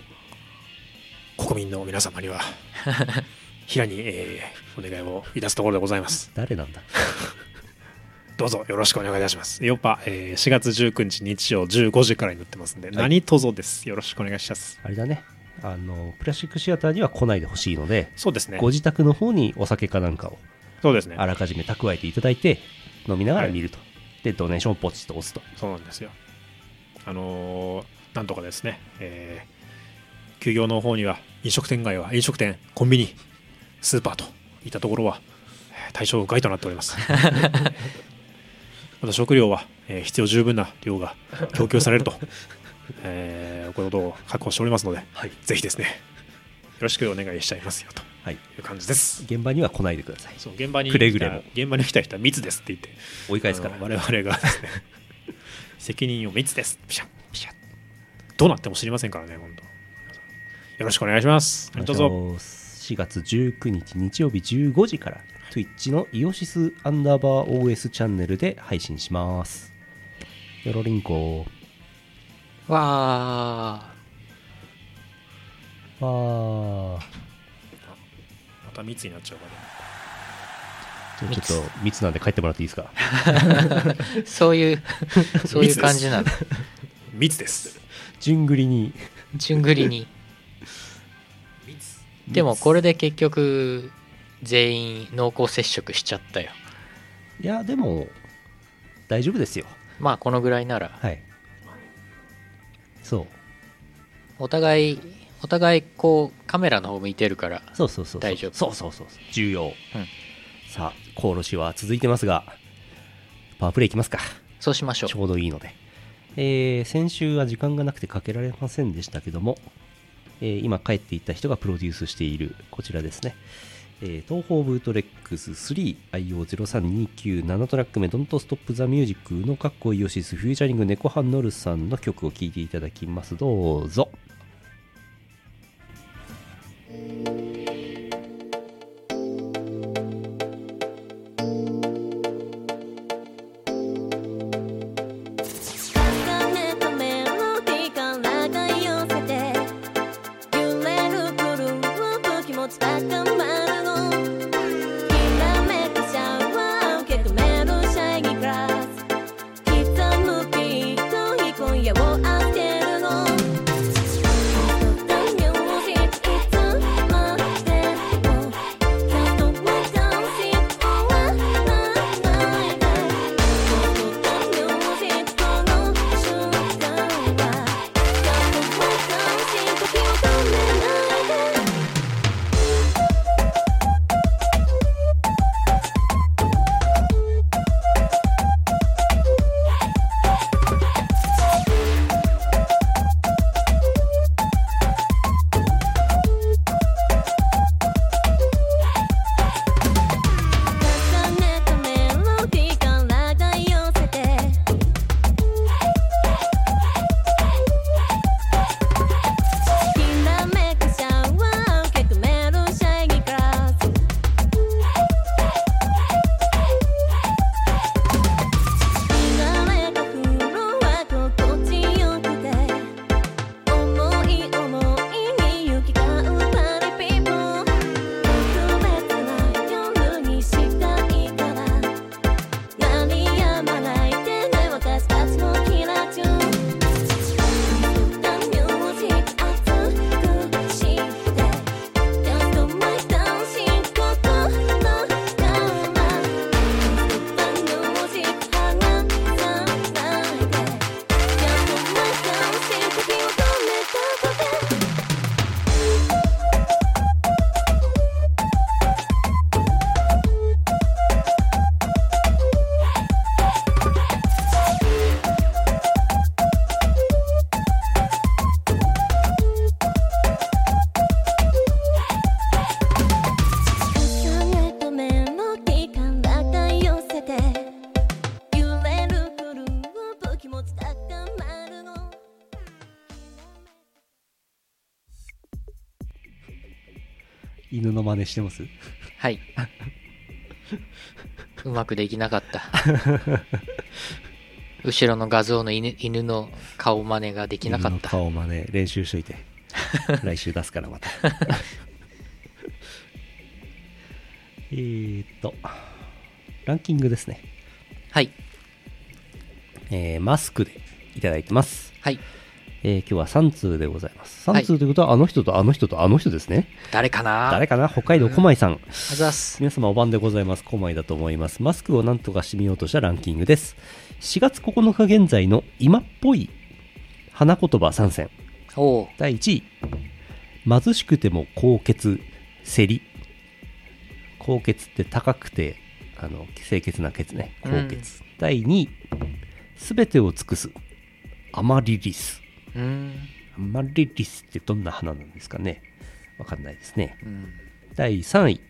D: 国民の皆様 には平に、えーお願いをいたすところでございます
B: 誰なんだ
D: どうぞよろしくお願いいたしますヨパ、えー4月19日日曜15時からになってますんで、何卒ですよろしくお願いします
B: あれだね。あの、プラスチックシアターには来ないでほしいので、
D: そうですね
B: ご自宅の方にお酒かなんかを
D: そうですね
B: あらかじめ蓄えていただいて、飲みながら見ると。で、ドネーションをポチッと押すと。
D: そうなんですよあのーなんとかですね、えー休業の方には飲食店街は飲食店コンビニスーパーといったところはえー対象外となっております また食料は、えー必要十分な量が供給されると、 えーこういうことを確保しておりますので、
B: はい
D: ぜひですねよろしくお願いしちゃいますよと
B: はい。
D: いう感じです
B: 現場には来ないでください。
D: そう現場に
B: くれ
D: 来
B: ぐれ
D: た
B: も
D: 現場に来た人は密ですって言って
B: 追い返すから
D: あ。の我々がですね責任を密ですピシャッピシャッどうなっても知りませんからね本当よろしくお願いします
B: あの
D: どうぞ
B: 4月19日日曜日15時から Twitch のイオシスアンダーバー OS チャンネルで配信しますよろりんこ
A: わあ
B: わー
D: また密になっちゃうから
B: じゃあちょっと密なんで帰ってもらっていい ですか
A: そういうそういう感じなの
D: 密です
B: 順繰りに
A: 順繰りにでもこれで結局全員濃厚接触しちゃったよ
B: いやでも大丈夫ですよ
A: まあこのぐらいなら
B: はいそう
A: お互いお互いこうカメラの方向いてるから
B: そうそうそうそう
A: 大丈夫
B: そうそうそう重要、
A: ん
B: さあコオロシは続いてますがパワープレイいきますか
A: そうしましょ
B: ちょうどいいので、えー先週は時間がなくてかけられませんでしたけども、えー今帰っていった人がプロデュースしているこちらですね、えー東方ブートレックス 3IO03297 トラック目 Don't Stop the Music のカッコイオシスフューチャリングネコハンノルさんの曲を聴いていただきますどうぞ
E: 重ねたメロディからが寄せて揺れるくると気持ち高まるのきらめくシャワー受け止めるシャイニーグラス刻むビートに今夜をあけるの「
B: 犬の真似してます
A: はい うまくできなかった後ろの画像の犬犬の顔真似ができなかっ
B: 犬の
A: た
B: 顔真似練習しと いて来週出すからまた えーっとランキングですね、
A: はい
B: えーマスクでいただいてます、
A: はい
B: えー今日は3通でございます
A: はい
B: 3通ということはあの人とあの人とあの人ですね、
A: 誰かな
B: 誰かな北海道小舞さん、
A: あざっす
B: 皆様お晩でございます。コマイだと思います。マスクをなんとかしてみようとしたランキングです。4月9日現在の今っぽい花言葉参戦。
A: おう
B: 第1位。貧しくても高血、せり。高血って高くて、あの、清潔な血ね。高血。
A: うん
B: 第2位。すべてを尽くす。アマリリス。
A: うーん
B: アマリリスってどんな花なんですかね。わかんないですね。
A: うん
B: 第3位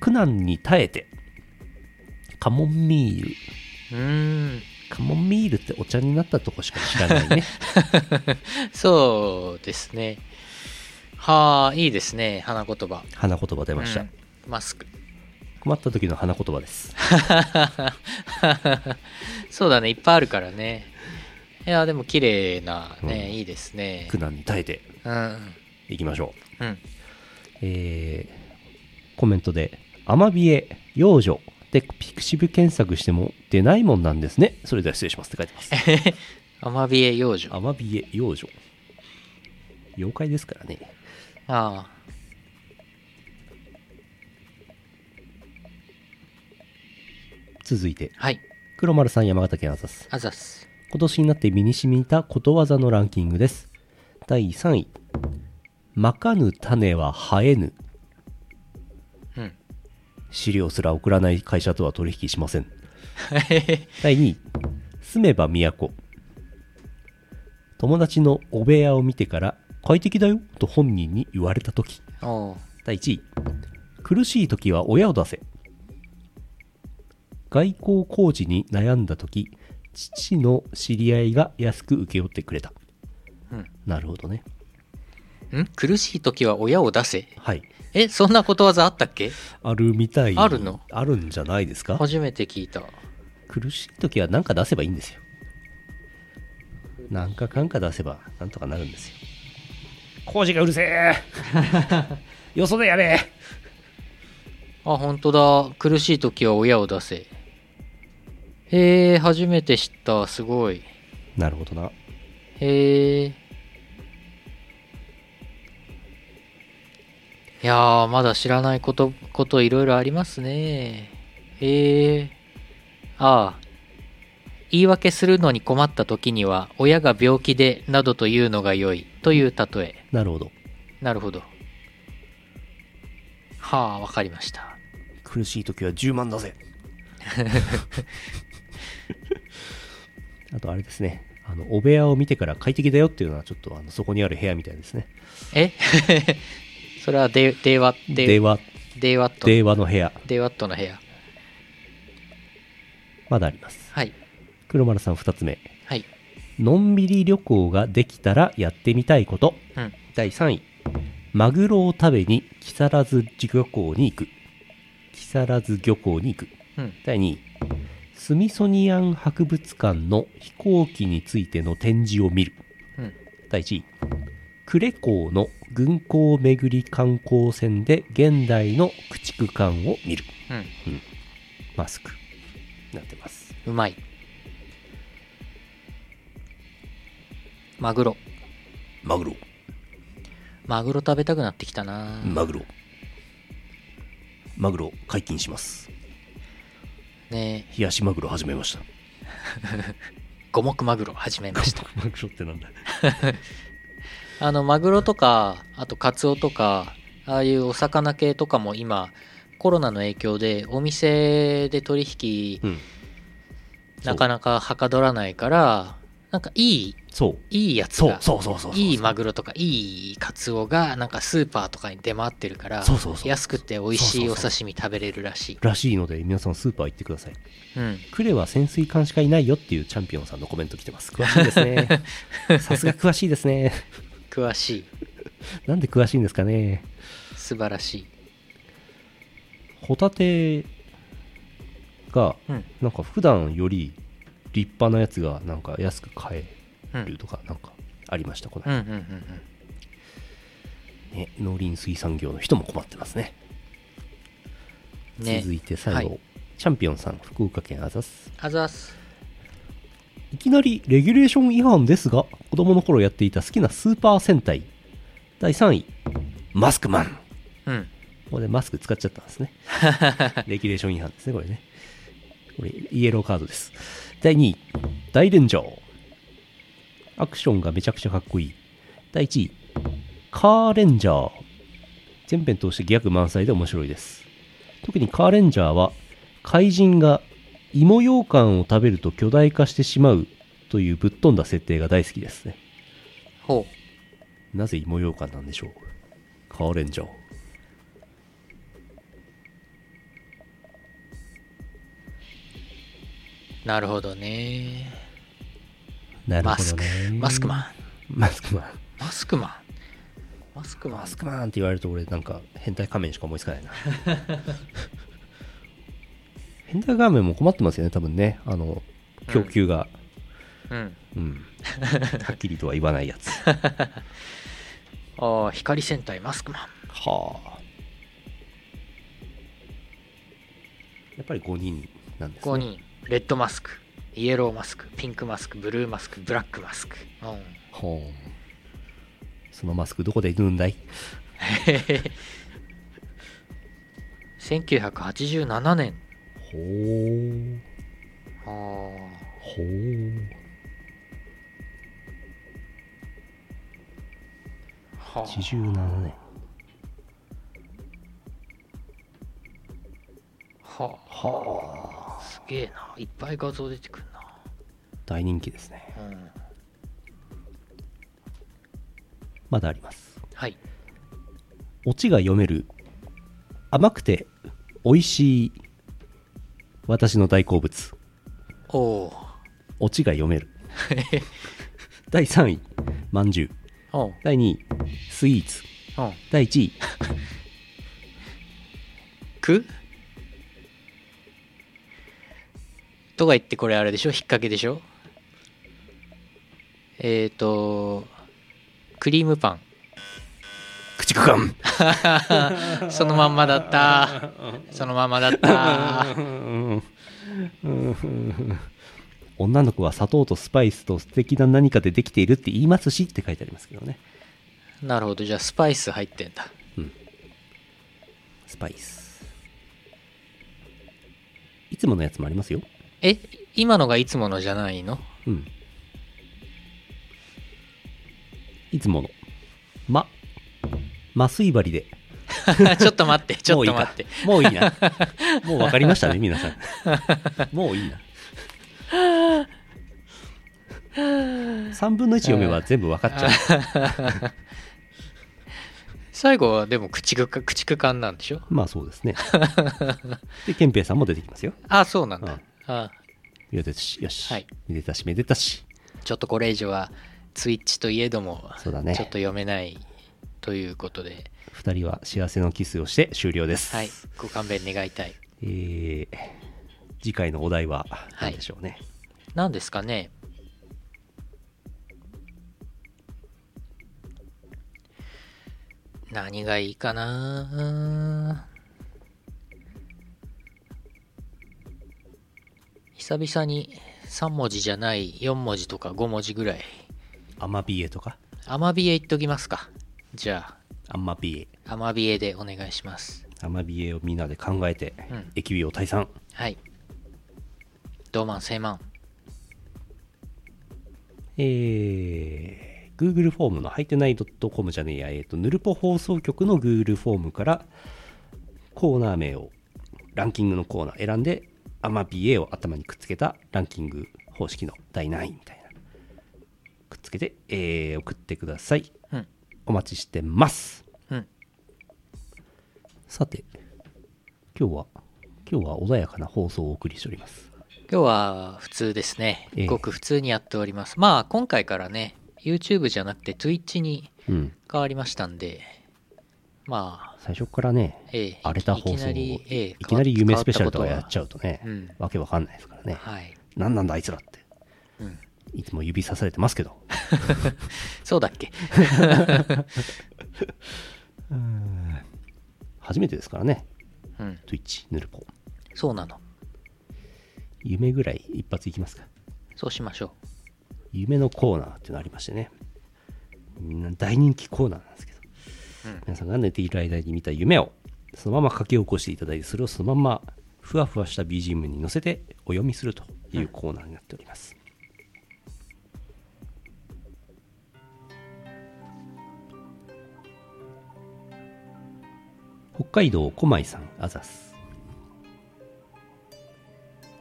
B: 苦難に耐えてカモンミール
A: うーん
B: カモンミールってお茶になったとこしか知ら ないね
A: そうですねはあいいですね花言葉
B: 花言葉出まし
A: う
B: た、
A: んマスク
B: 困った時の花言葉です
A: そうだねいっぱいあるからねいやでも綺麗なね、
B: うん
A: いいですね
B: 苦難に耐えて
A: うん
B: いきましょう
A: うん
B: えーコメントで「アマビエ幼女」でピクシブ検索しても出ないもんなんですねそれでは失礼しますって書いてます
A: アマビエ幼女
B: アマビエ幼女妖怪ですからね
A: あ
B: 続いて
A: あはい
B: 黒丸さん山形県アザス
A: あざっす
B: 今年になって身に染みたことわざのランキングです。第3位。まかぬ種は生えぬ。
A: うん
B: 資料すら送らない会社とは取引しません。第2位。住めば都。友達のお部屋を見てから、快適だよと本人に言われたとき。
A: おう
B: 第1位。苦しいときは親を出せ。外交工事に悩んだとき、父の知り合いが安く請け負ってくれた。
A: うん
B: なるほどね。
A: ん苦しい時は親を出せ
B: はい。
A: えそんなことわざあったっけ
B: あるみたい。
A: あるの
B: あるんじゃないですか
A: 初めて聞いた
B: 苦しいときは何か出せばいいんですよ。なんかかんか出せばなんとかなるんですよ。工事がうるせ えよそでやれ
A: あ本当だ苦しい時は親を出せへえ初めて知ったすごい
B: なるほどな。
A: へえいやーまだ知らないことこといろいろありますねへえああ言い訳するのに困った時には親が病気でなどというのが良いという例え
B: なるほど。
A: なるほどはあわかりました
B: 苦しい時は10万だ ぜあとあれですねあのお部屋を見てから快適だよっていうのはちょっとあのそこにある部屋みたいですね
A: え それはデデーワデ
B: 電話
A: デーワット
B: 電話の部屋
A: デーワットの部屋
B: まだあります
A: はい
B: 黒丸さん2つ目
A: はい
B: のんびり旅行ができたらやってみたいこと
A: うん
B: 第3位マグロを食べに木更津漁港に行く木更津漁港に行く
A: うん
B: 第2位スミソニアン博物館の飛行機についての展示を見る、
A: うん
B: 第1位呉港の軍港を巡り観光船で現代の駆逐艦を見る
A: うん
B: マスクなってます
A: うまいマグロ
B: マグロ
A: マグロ食べたくなってきたな、
B: グロマグロ解禁します
A: ねえ
B: 冷やしマグロ始めました
A: 五目マグロ始めました
B: マグロってなんだ
A: あのマグロとかあとカツオとかああいうお魚系とかも今コロナの影響でお店で取引
B: うん
A: なかなかはかどらないからなんかいい
B: そう
A: いいやつ
B: そう
A: が
B: そうそうそうそう
A: いいマグロとかいいカツオがなんかスーパーとかに出回ってるから
B: そうそうそう
A: 安くて美味しい
B: そ
A: お
B: うそう
A: 刺身食べれるらしい
B: らしいので皆さんスーパー行ってください
A: うん
B: クレは潜水艦しかいないよっていうチャンピオンさんのコメント来てます。詳しいで すね。さすが詳しいですね。
A: 詳しい
B: なんで詳しいんですかね。
A: 素晴らしい
B: ホタテが
A: うん
B: なんか普段より立派なやつがなんか安く買
A: うん
B: えるとかなんかありましたこの
A: うん
B: 間、
A: うんうんうん
B: ね、農林水産業の人も困ってますね
A: ね
B: 続いて最後、
A: はい
B: チャンピオンさん福岡県あざす
A: あざっす
B: いきなりレギュレーション違反ですが子供の頃やっていた好きなスーパー戦隊第3位マスクマン
A: うん
B: ここでマスク使っちゃったん ですね。レギュレーション違反ですね、これね。これ、イエローカードです。第2位、大連城。アクションがめちゃくちゃかっこいい。第1位、カーレンジャー。全編通してギャグ満載で面白いです。特にカーレンジャーは、怪人が芋羊羹を食べると巨大化してしまうというぶっ飛んだ設定が大好きですね。
A: ほ
B: なぜ芋羊羹なんでしょうカーレンジャー。
A: うなるほどね
B: なる
A: マ
B: ほ
A: ス
B: ど
A: ク
B: ね。
A: マスクマン
B: マスクマン。
A: マスクマンマスクマン
B: マスクマンって言われると俺なんか変態仮面しか思いつかないな変態仮面も困ってますよね多分ねあの供給が
A: うん
B: うん、はっきりとは言わないやつ
A: ああ光戦隊マスクマン
B: はあやっぱり5人なんですね
A: 5人レッドマスクイエローマスクピンクマスクブルーマスクブラックマスクうん
B: ほうそのマスクどこで縫うんだい
A: 1987年
B: ほう
A: あー
B: ほう
A: はあ
B: 87年
A: はあ、すげえないっぱい画像出てくる
B: 大人気ですね
A: な、うん、
B: まだあります
A: はい
B: オチが読める甘くて美味しい私の大好物
A: おお
B: オチが読める第3位まんじゅう
A: おう
B: 第2位スイーツ
A: おう
B: 第1位
A: くとか言ってこれあれでしょ引っ掛けでしょえっ、ー、とクリームパン
B: 駆逐艦
A: そのまんまだった そのまんまだった
B: 女の子は砂糖とスパイスと素敵な何かでできているって言いますしって書いてありますけどね
A: なるほどじゃあスパイス入ってんだ
B: スパイスいつものやつもありますよ
A: え今のがいつものじゃないの
B: うん。いつもの。ま、麻酔針で。
A: ちょっと待って、ちょっと待って。
B: もういいか。もういいな。もう分かりましたね、皆さん。もういいな。3分の1読めば全部分か っちゃう。
A: 最後はでも駆逐か、駆逐艦なんでしょ
B: まあそうですね。で、憲兵さんも出てきますよ。
A: あ、そうなん
B: うん
A: だ。あ
B: よでたし、よし。
A: はい
B: めでたし、めでたし。
A: ちょっとこれ以上は、ツイッチといえども、
B: そうだね
A: ちょっと読めないということで、
B: 2人は幸せのキスをして終了です。
A: はい、ご勘弁願いたい。
B: えー次回のお題は何でしょうね。
A: 何ですかね何がいいかな久々に3文字じゃない4文字とか5文字ぐらい
B: アマビエとか
A: アマビエいっときますかじゃ
B: アンマビエ。
A: あアマビエでお願いします
B: アマビエをみんなで考えて、
A: うん
B: 疫病退散。
A: はいドーマンセイマン
B: えー、Google フォームの入ってない .com じゃねえや、えーと、ヌルポ放送局の Google フォームからコーナー名を、ランキングのコーナー選んで、アマビエを頭にくっつけたランキング方式の第何位みたいな。くっつけて、えー、送ってください。
A: うん
B: お待ちしてます。
A: うん
B: さて、今日は、今日は穏やかな放送をお送りしております。
A: 今日は普通ですね
B: ええ。
A: ごく普通にやっております。まあ今回からね、YouTube じゃなくて Twitch に
B: うん。
A: 変わりましたんで、まあ、
B: 最初からね、
A: ええ
B: 荒れた放
A: いき
B: 送を
A: なり
B: い
A: ええ
B: きなり夢スペシャルとか
A: 変
B: や
A: わ
B: った
A: ことは
B: ちゃうとね、
A: うん
B: わけわかんないですからね。
A: はい。
B: 何なんだあいつらって。
A: うん
B: いつも指さされてますけど。
A: そうだっけ
B: 初めてですからね。
A: うん。
B: Twitch、ヌルポ。
A: そうなの。
B: 夢ぐらい一発いきますか。
A: そうしましょう。
B: 夢のコーナーっていうのがありましてね。みんな大人気コーナーなんですけど。皆さんが寝ている間に見た夢を、そのまま書き起こしていただいて、それをそのまま、ふわふわした BGM に乗せてお読みするというコーナーになっております。北海道狛江さんあざす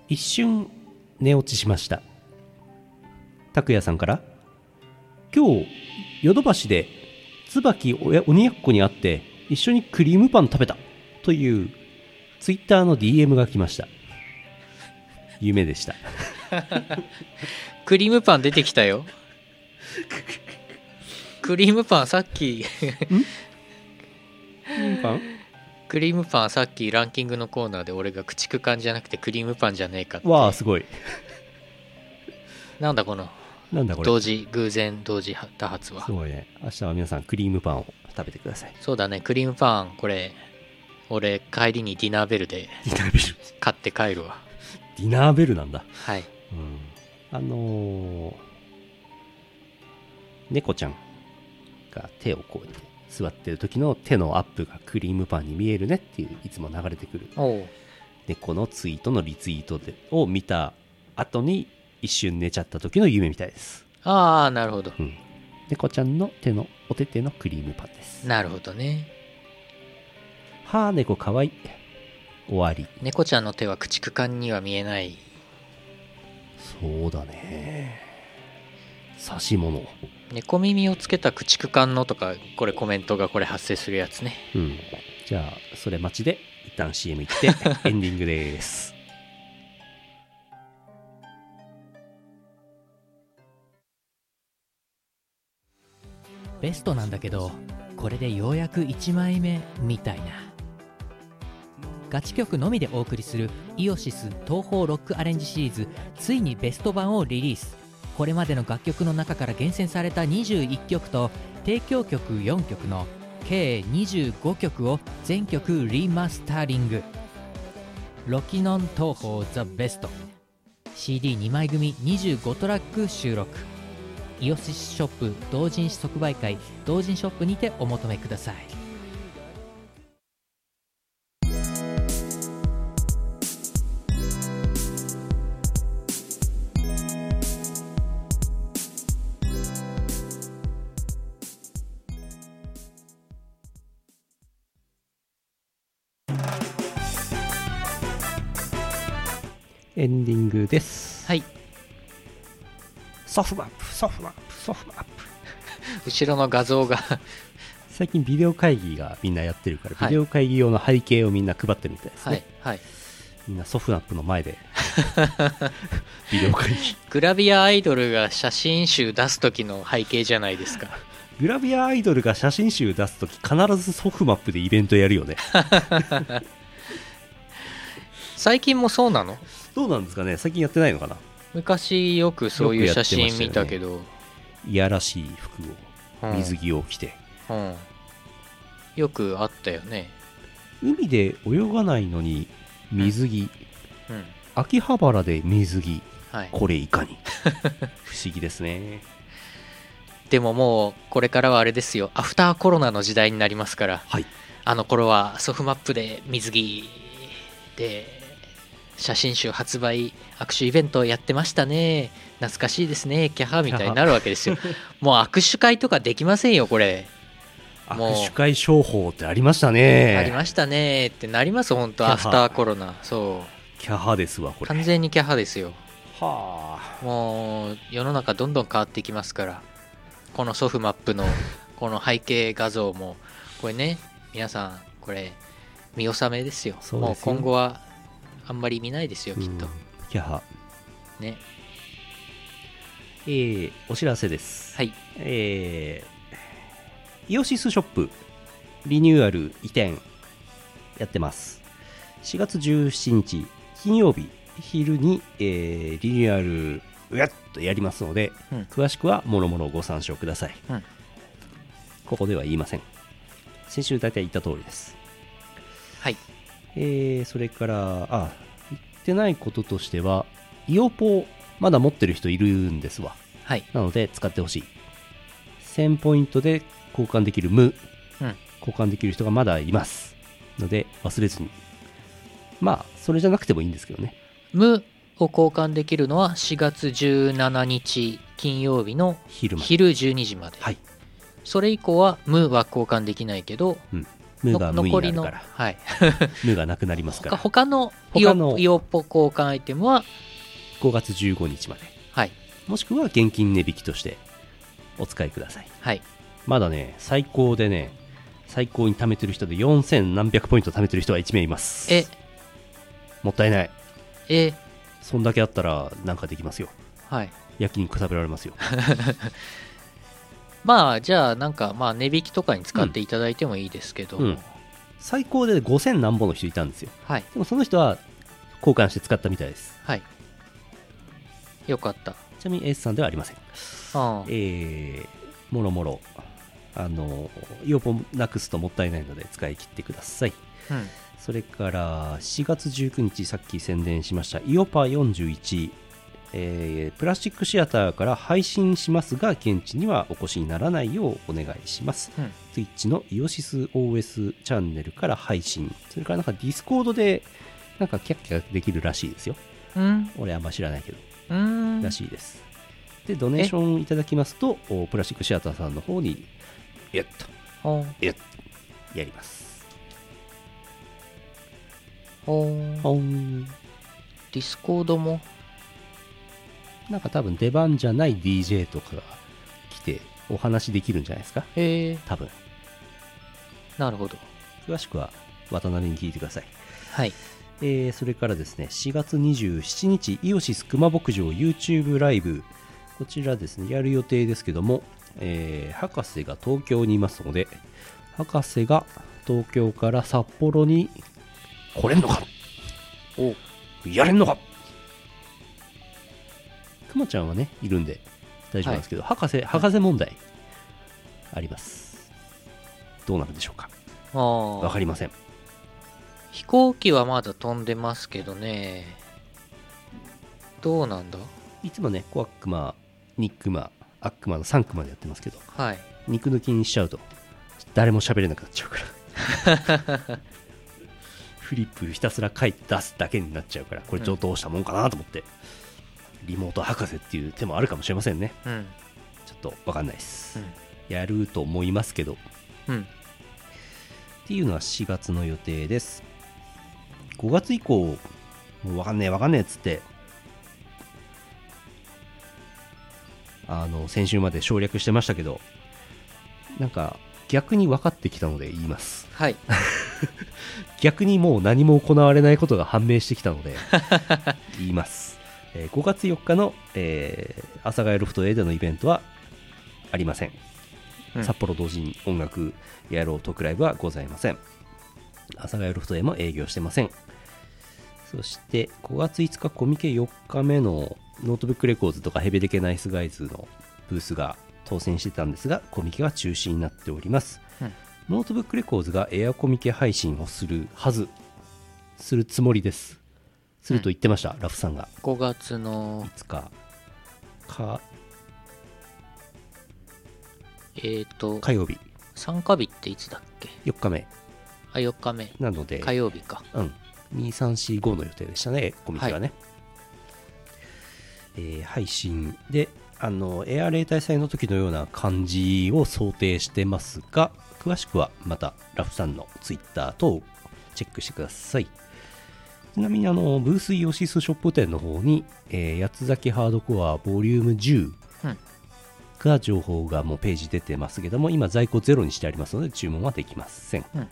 B: 一瞬寝落ちしました拓也さんから「今日ヨドバシで椿親鬼奴に会って一緒にクリームパン食べた」というツイッターの DM が来ました夢でした
A: クリームパン出てきたよ。 クリームパンさっき、
B: クリームパン
A: クリームパンさっきランキングのコーナーで俺が駆逐艦じゃなくてクリームパンじゃねえかって。
B: わあすごい
A: なんだこの
B: なんだこれ
A: 同時、偶然同時多発は
B: す。ごいね明日は皆さんクリームパンを食べてください
A: そうだね、クリームパン、これ、俺帰りにディナーベルで
B: ディナーベル
A: 買って帰るわ。
B: ディナーベルなんだ
A: はい。
B: うんあのー猫ちゃんが手をこう座ってる時の手のアップがクリームパンに見えるねっていういつも流れてくる
A: おう。
B: 猫のツイートのリツイートでを見た後に一瞬寝ちゃった時の夢みたいです、
A: ああ、なるほど。
B: うん、猫ちゃんの手のお手手のクリームパンです
A: なるほどね。
B: はあ猫かわいい終わり
A: 猫ちゃんの手は駆逐艦には見えない。
B: そうだね刺し物
A: 猫耳をつけた駆逐艦のとか、これコメントがこれ発生するやつね。
B: うん。じゃあ、それ待ちで、一旦 CM 行 って、エンディングです。
F: ベストなんだけどこれでようやく1枚目みたいなガチ曲のみでお送りするイオシス東方ロックアレンジシリーズついにベスト版をリリースこれまでの楽曲の中から厳選された21曲と提供曲4曲の計25曲を全曲リマスタリングロキノン東方ザベスト CD2 枚組25トラック収録イオシスショップ同人誌即売会同人ショップにてお求めください
B: エンディングです。
A: はい。
B: ソフマップ、ソフマップ、ソフマップ。
A: 後ろの画像が
B: 最近ビデオ会議がみんなやってるから、
A: はい
B: ビデオ会議用の背景をみんな配ってるみた いですね。
A: はいはい
B: みんなソフマップの前 で、ビデオ会議。
A: グラビアアイドルが写真集出す時の背景じゃないですか
B: グラビアアイドルが写真集出すとき、必ずソフマップでイベントやるよね。
A: 最近もそうなの
B: どうなんですかね最近やってないのかな
A: 昔よくそういう
B: よくや
A: 写
B: ってましたよね
A: 真見たけど
B: いやらしい服を、
A: うん
B: 水着を着て。
A: うんよくあったよね
B: 海で泳がないのに、水着。
A: うん
B: 秋葉原で水着
A: はい
B: これいか に不思議ですね
A: でももうこれからはあれですよアフターコロナの時代になりますから
B: はい
A: あの頃はソフマップで水着で写真集発売握手イベントやってましたね懐かしいですねキャハみたいになるわけ ですよもう握手会とかできませんよこれ、もう
B: 握手会商法ってありました
A: あり
B: ね
A: ましたねってなります本当
B: キャハ
A: アフターコロナそ
B: キャハですわこ
A: う
B: れ
A: 完全にキャハですよ
B: はあ
A: もう世の中どんどん変わっていきますからこのソフマッ プのこの背景画像もこれね皆さんこれ見納めですよ
B: そう
A: も
B: で
A: う
B: すよ
A: 今後はあんまり見ないですよ
B: う
A: きっ
B: ん
A: と
B: キャハ
A: ね
B: えー、お知らせです
A: はい
B: えーイオシスショップリニューアル移転やってます4月17日金曜日昼に、えーリニューアルうやっとやりますので、
A: うん
B: 詳しくはもろもろご参照ください、
A: うん
B: ここでは言いません先週大体言った通りです
A: はい
B: えーそれから、あ、言ってないこととしては、イオポ、まだ持ってる人いるんですわ。
A: はい
B: なので、使ってほしい。1000ポイントで交換できる無、
A: うん
B: 交換できる人がまだいます。ので、忘れずに。まあ、それじゃなくてもいいんですけどね。
A: 無を交換できるのは4月17日金曜日の
B: 昼間。
A: 昼12時まで、
B: はい
A: それ以降は無は交換できないけど
B: 無
A: の
B: が無に
A: 残
B: な
A: り
B: る
A: の、
B: から、
A: はい、
B: 無がなくなりますか
A: 他他
B: ら。
A: のイオ
B: 他の
A: イオポ交換アイテムは、
B: 5月15日まで。
A: はい
B: もしくは現金値引きとしてお使いください。
A: はい、
B: まだね、最高でね、最高に貯めてる人で4000何百ポイント貯めてる人は1名います。
A: え
B: もったいない。
A: え
B: そんだけあったらなんかできますよ。
A: はい
B: 焼肉食べられますよ。
A: まあじゃあなんかまあ値引きとかに使っていただいてもいいですけど、
B: うん最高で5000何本の人いたんですよ。
A: はい
B: でもその人は交換して使ったみたいです。
A: はいよかった
B: ちなみに S さんではありません。
A: あ
B: えー、もろもろ、あの、イオポなくすともったいないので使い切ってください。
A: あ、うん、
B: それから4月19日さっき宣伝しましたイオパ41、えープラスチックシアターから配信しますが現地にはお越しにならないようお願いします、
A: うん
B: Twitch のイオシス OS チャンネルから配信それからなんかディスコードでなんかキャッキャできるらしいですよ
A: うん
B: 俺あんま知らないけど
A: うん
B: らしいですでドネーションいただきますとおプラスチックシアターさんの方にやっと
A: ほん
B: やります
A: ほん
B: ほん
A: ディスコードも
B: なんか多分出番じゃない DJ とかが来てお話できるんじゃないですか
A: へえ
B: 多分。
A: なるほど
B: 詳しくは渡辺に聞いてください。
A: はい
B: えーそれからですね、4月27日、イオシス熊牧場 YouTube ライブ。こちらですね、やる予定ですけども、えー博士が東京にいますので、博士が東京から札幌に来れんのか
A: お
B: やれんのかくまちゃんはね、いるんで大丈夫なんですけど、博士、博士問題あります。どうなるでしょうか
A: あ
B: わ
A: あ
B: かりません。
A: 飛行機はまだ飛んでますけどねどうなんだ
B: いつもね、小悪魔、肉魔、悪魔の3クマでやってますけど、
A: はい
B: 肉抜きにしちゃうと、誰も喋れなくなっちゃうから。 フリップひたすら書いて出すだけになっちゃうから、これちょっとどうしたもんかなと思って、リモート博士っていう手もあるかもしれませんね。
A: うん
B: ちょっとわかんないです。
A: うん
B: やると思いますけど、
A: うん
B: っていうのは4月の予定です5月以降もう分かんねえ分かんねえっつってあの先週まで省略してましたけどなんか逆に分かってきたので言います
A: はい
B: 逆にもう何も行われないことが判明してきたの で言います、えー5月4日の、えー、阿佐ヶ谷ロフト A でのイベントはありません、
A: うん
B: 札幌同人音楽野郎トークライブはございません阿佐ヶ谷ロフト A も営業してませんそして5月5日コミケ4日目のノートブックレコーズとかヘベレケナイスガイズのブースが当選してたんですがコミケは中止になっておりますノートブックレコーズがエアコミケ配信をするはず、するつもりです。すると言ってました、ラフさんが。
A: 5月の
B: いつか、か、
A: えっ、と
B: 火曜日、
A: 参加日っていつだっけ
B: 4日目。
A: あ4日目
B: なので、
A: 火曜日か
B: うん、2、3、4、5の予定でしたね、コミケはね。えー配信で、あの、エア例大祭の時のような感じを想定してますが、詳しくはまたラフさんのツイッター等チェックしてください。ちなみにあの、ブースイオシスショップ店の方に、えー八つ崎ハードコアボリューム10
A: うん
B: が情報がもうページ出てますけども、今在庫ゼロにしてありますので注文はできません。
A: うん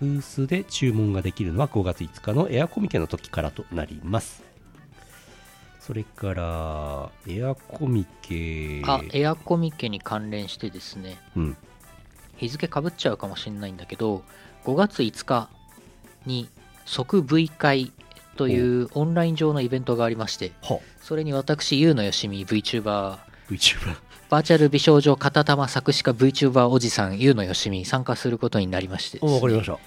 B: ブースで注文ができるのは5月5日のエアコミケの時からとなります。それから、エアコミケ。
A: あエアコミケに関連してですね
B: うん。
A: 日付かぶっちゃうかもしれないんだけど5月5日に即 V 会というオンライン上のイベントがありまして
B: は
A: それに私優のよしみ VTuber
B: VTuber
A: バーチャル美少女片玉作詞家 VTuber おじさん優のよしみ参加することになりましてですね、
B: わかりました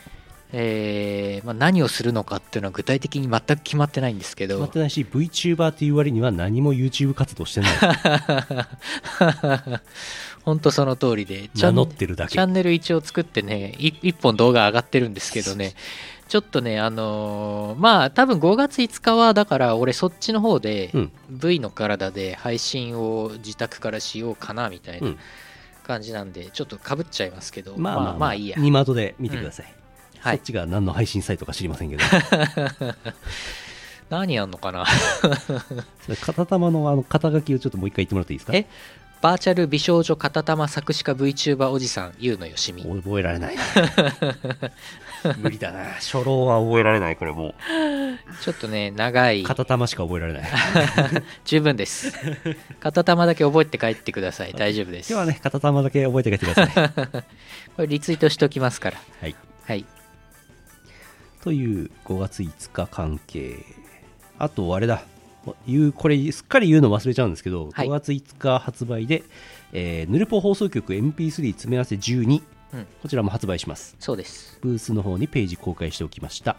A: えーまあ、何をするのかっていうのは具体的に全く決まってないんですけ
B: 決まっ
A: ど
B: てないし VTuber という割には何も YouTube 活 動してない
A: 本当その通りでチャ
B: 名
A: ン
B: 乗ってるだ
A: チ
B: け
A: ャンネル一応作ってねい一本動画上がってるんですけどねちょっとねあのーまあ多分5月5日はだから俺そっちの方で、
B: うん
A: V の体で配信を自宅からしようかなみたいな
B: うん
A: 感じなんで、ちょっとかぶっちゃいますけど
B: まあまあ
A: まあいいや
B: 2窓で見てください、
A: は
B: そ
A: い
B: っちが何の配信サイトか知りませんけど
A: 何やんのかな
B: それ片玉のあの肩書きをちょっともう一回言ってもらっていいですか
A: えバーチャル美少女片玉作詞家 VTuber おじさんゆうのよしみ
B: 覚えら れないな無理だな初老は覚えられないこれも
A: ちょっとね長
B: う
A: い
B: 片玉しか覚えられ ない今
A: 十分です 片玉だけ覚えて帰ってください大丈夫です
B: 日はね片玉だけ覚えて帰ってくだ さい
A: これリツイートしておきますから
B: はい
A: はい
B: という5月5日関係あとあれだ言うこれすっかり言うの忘れちゃうんですけど、
A: はい
B: 5月5日発売で、えーヌルポ放送局 MP3 詰め合わせ12、
A: うん
B: こちらも発売します
A: そうです
B: ブースの方にページ公開しておきました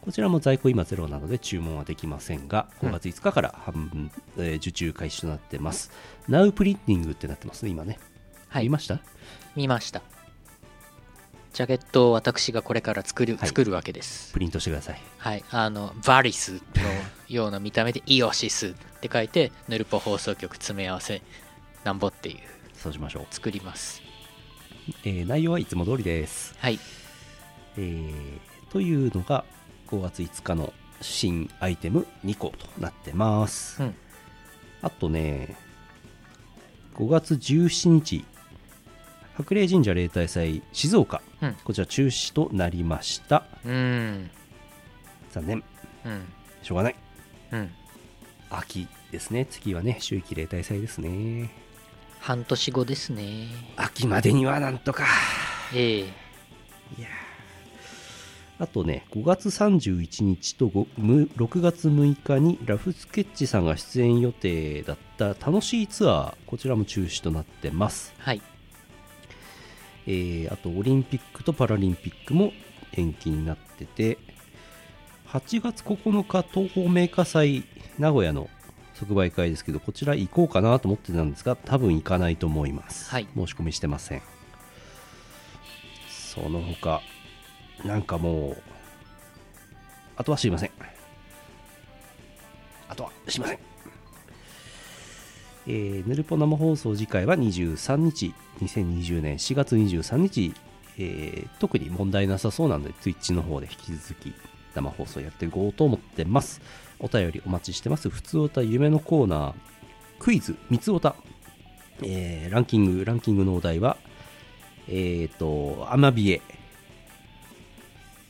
B: こちらも在庫今ゼロなので注文はできませんが
A: うん
B: 5月5日から半分、えー受注開始となってます Now プリンティングってなってますね今ね、
A: はい
B: 見ました
A: 見ましたジャケットを私がこれから作る、
B: はい
A: 作るわけです
B: プリントしてください
A: はいあのバリスのような見た目でイオシスって書いてヌルポ放送局詰め合わせなんぼっていう
B: そうしましょう、
A: 作ります
B: えー内容はいつも通りです、
A: はい
B: えーというのが5月5日の新アイテム2個となってます、
A: うん
B: あとね5月17日白麗神社例大祭静岡、
A: うん
B: こちら中止となりました
A: うーん
B: 残念
A: うん
B: しょうがない
A: うん
B: 秋ですね次はね秋季例大祭ですね
A: 半年後ですね
B: 秋までにはなんとか
A: ええ
B: あとね5月31日とごむ6月6日にラフスケッチさんが出演予定だった楽しいツアーこちらも中止となってます、
A: はい
B: えーあとオリンピックとパラリンピックも延期になってて8月9日東方メーカー祭名古屋の即売会ですけどこちら行こうかなと思ってたんですが多分行かないと思います、
A: はい
B: 申し込みしてませんその他なんかもうあとは知りませんあとは知りませんえーヌルポ生放送次回は23日2020年4月23日、えー特に問題なさそうなので Twitch の方で引き続き生放送やっていこうと思ってますお便りお待ちしてます普通おた夢のコーナークイズ三つおた、えーランキングランキングのお題はえっ、とアマビエ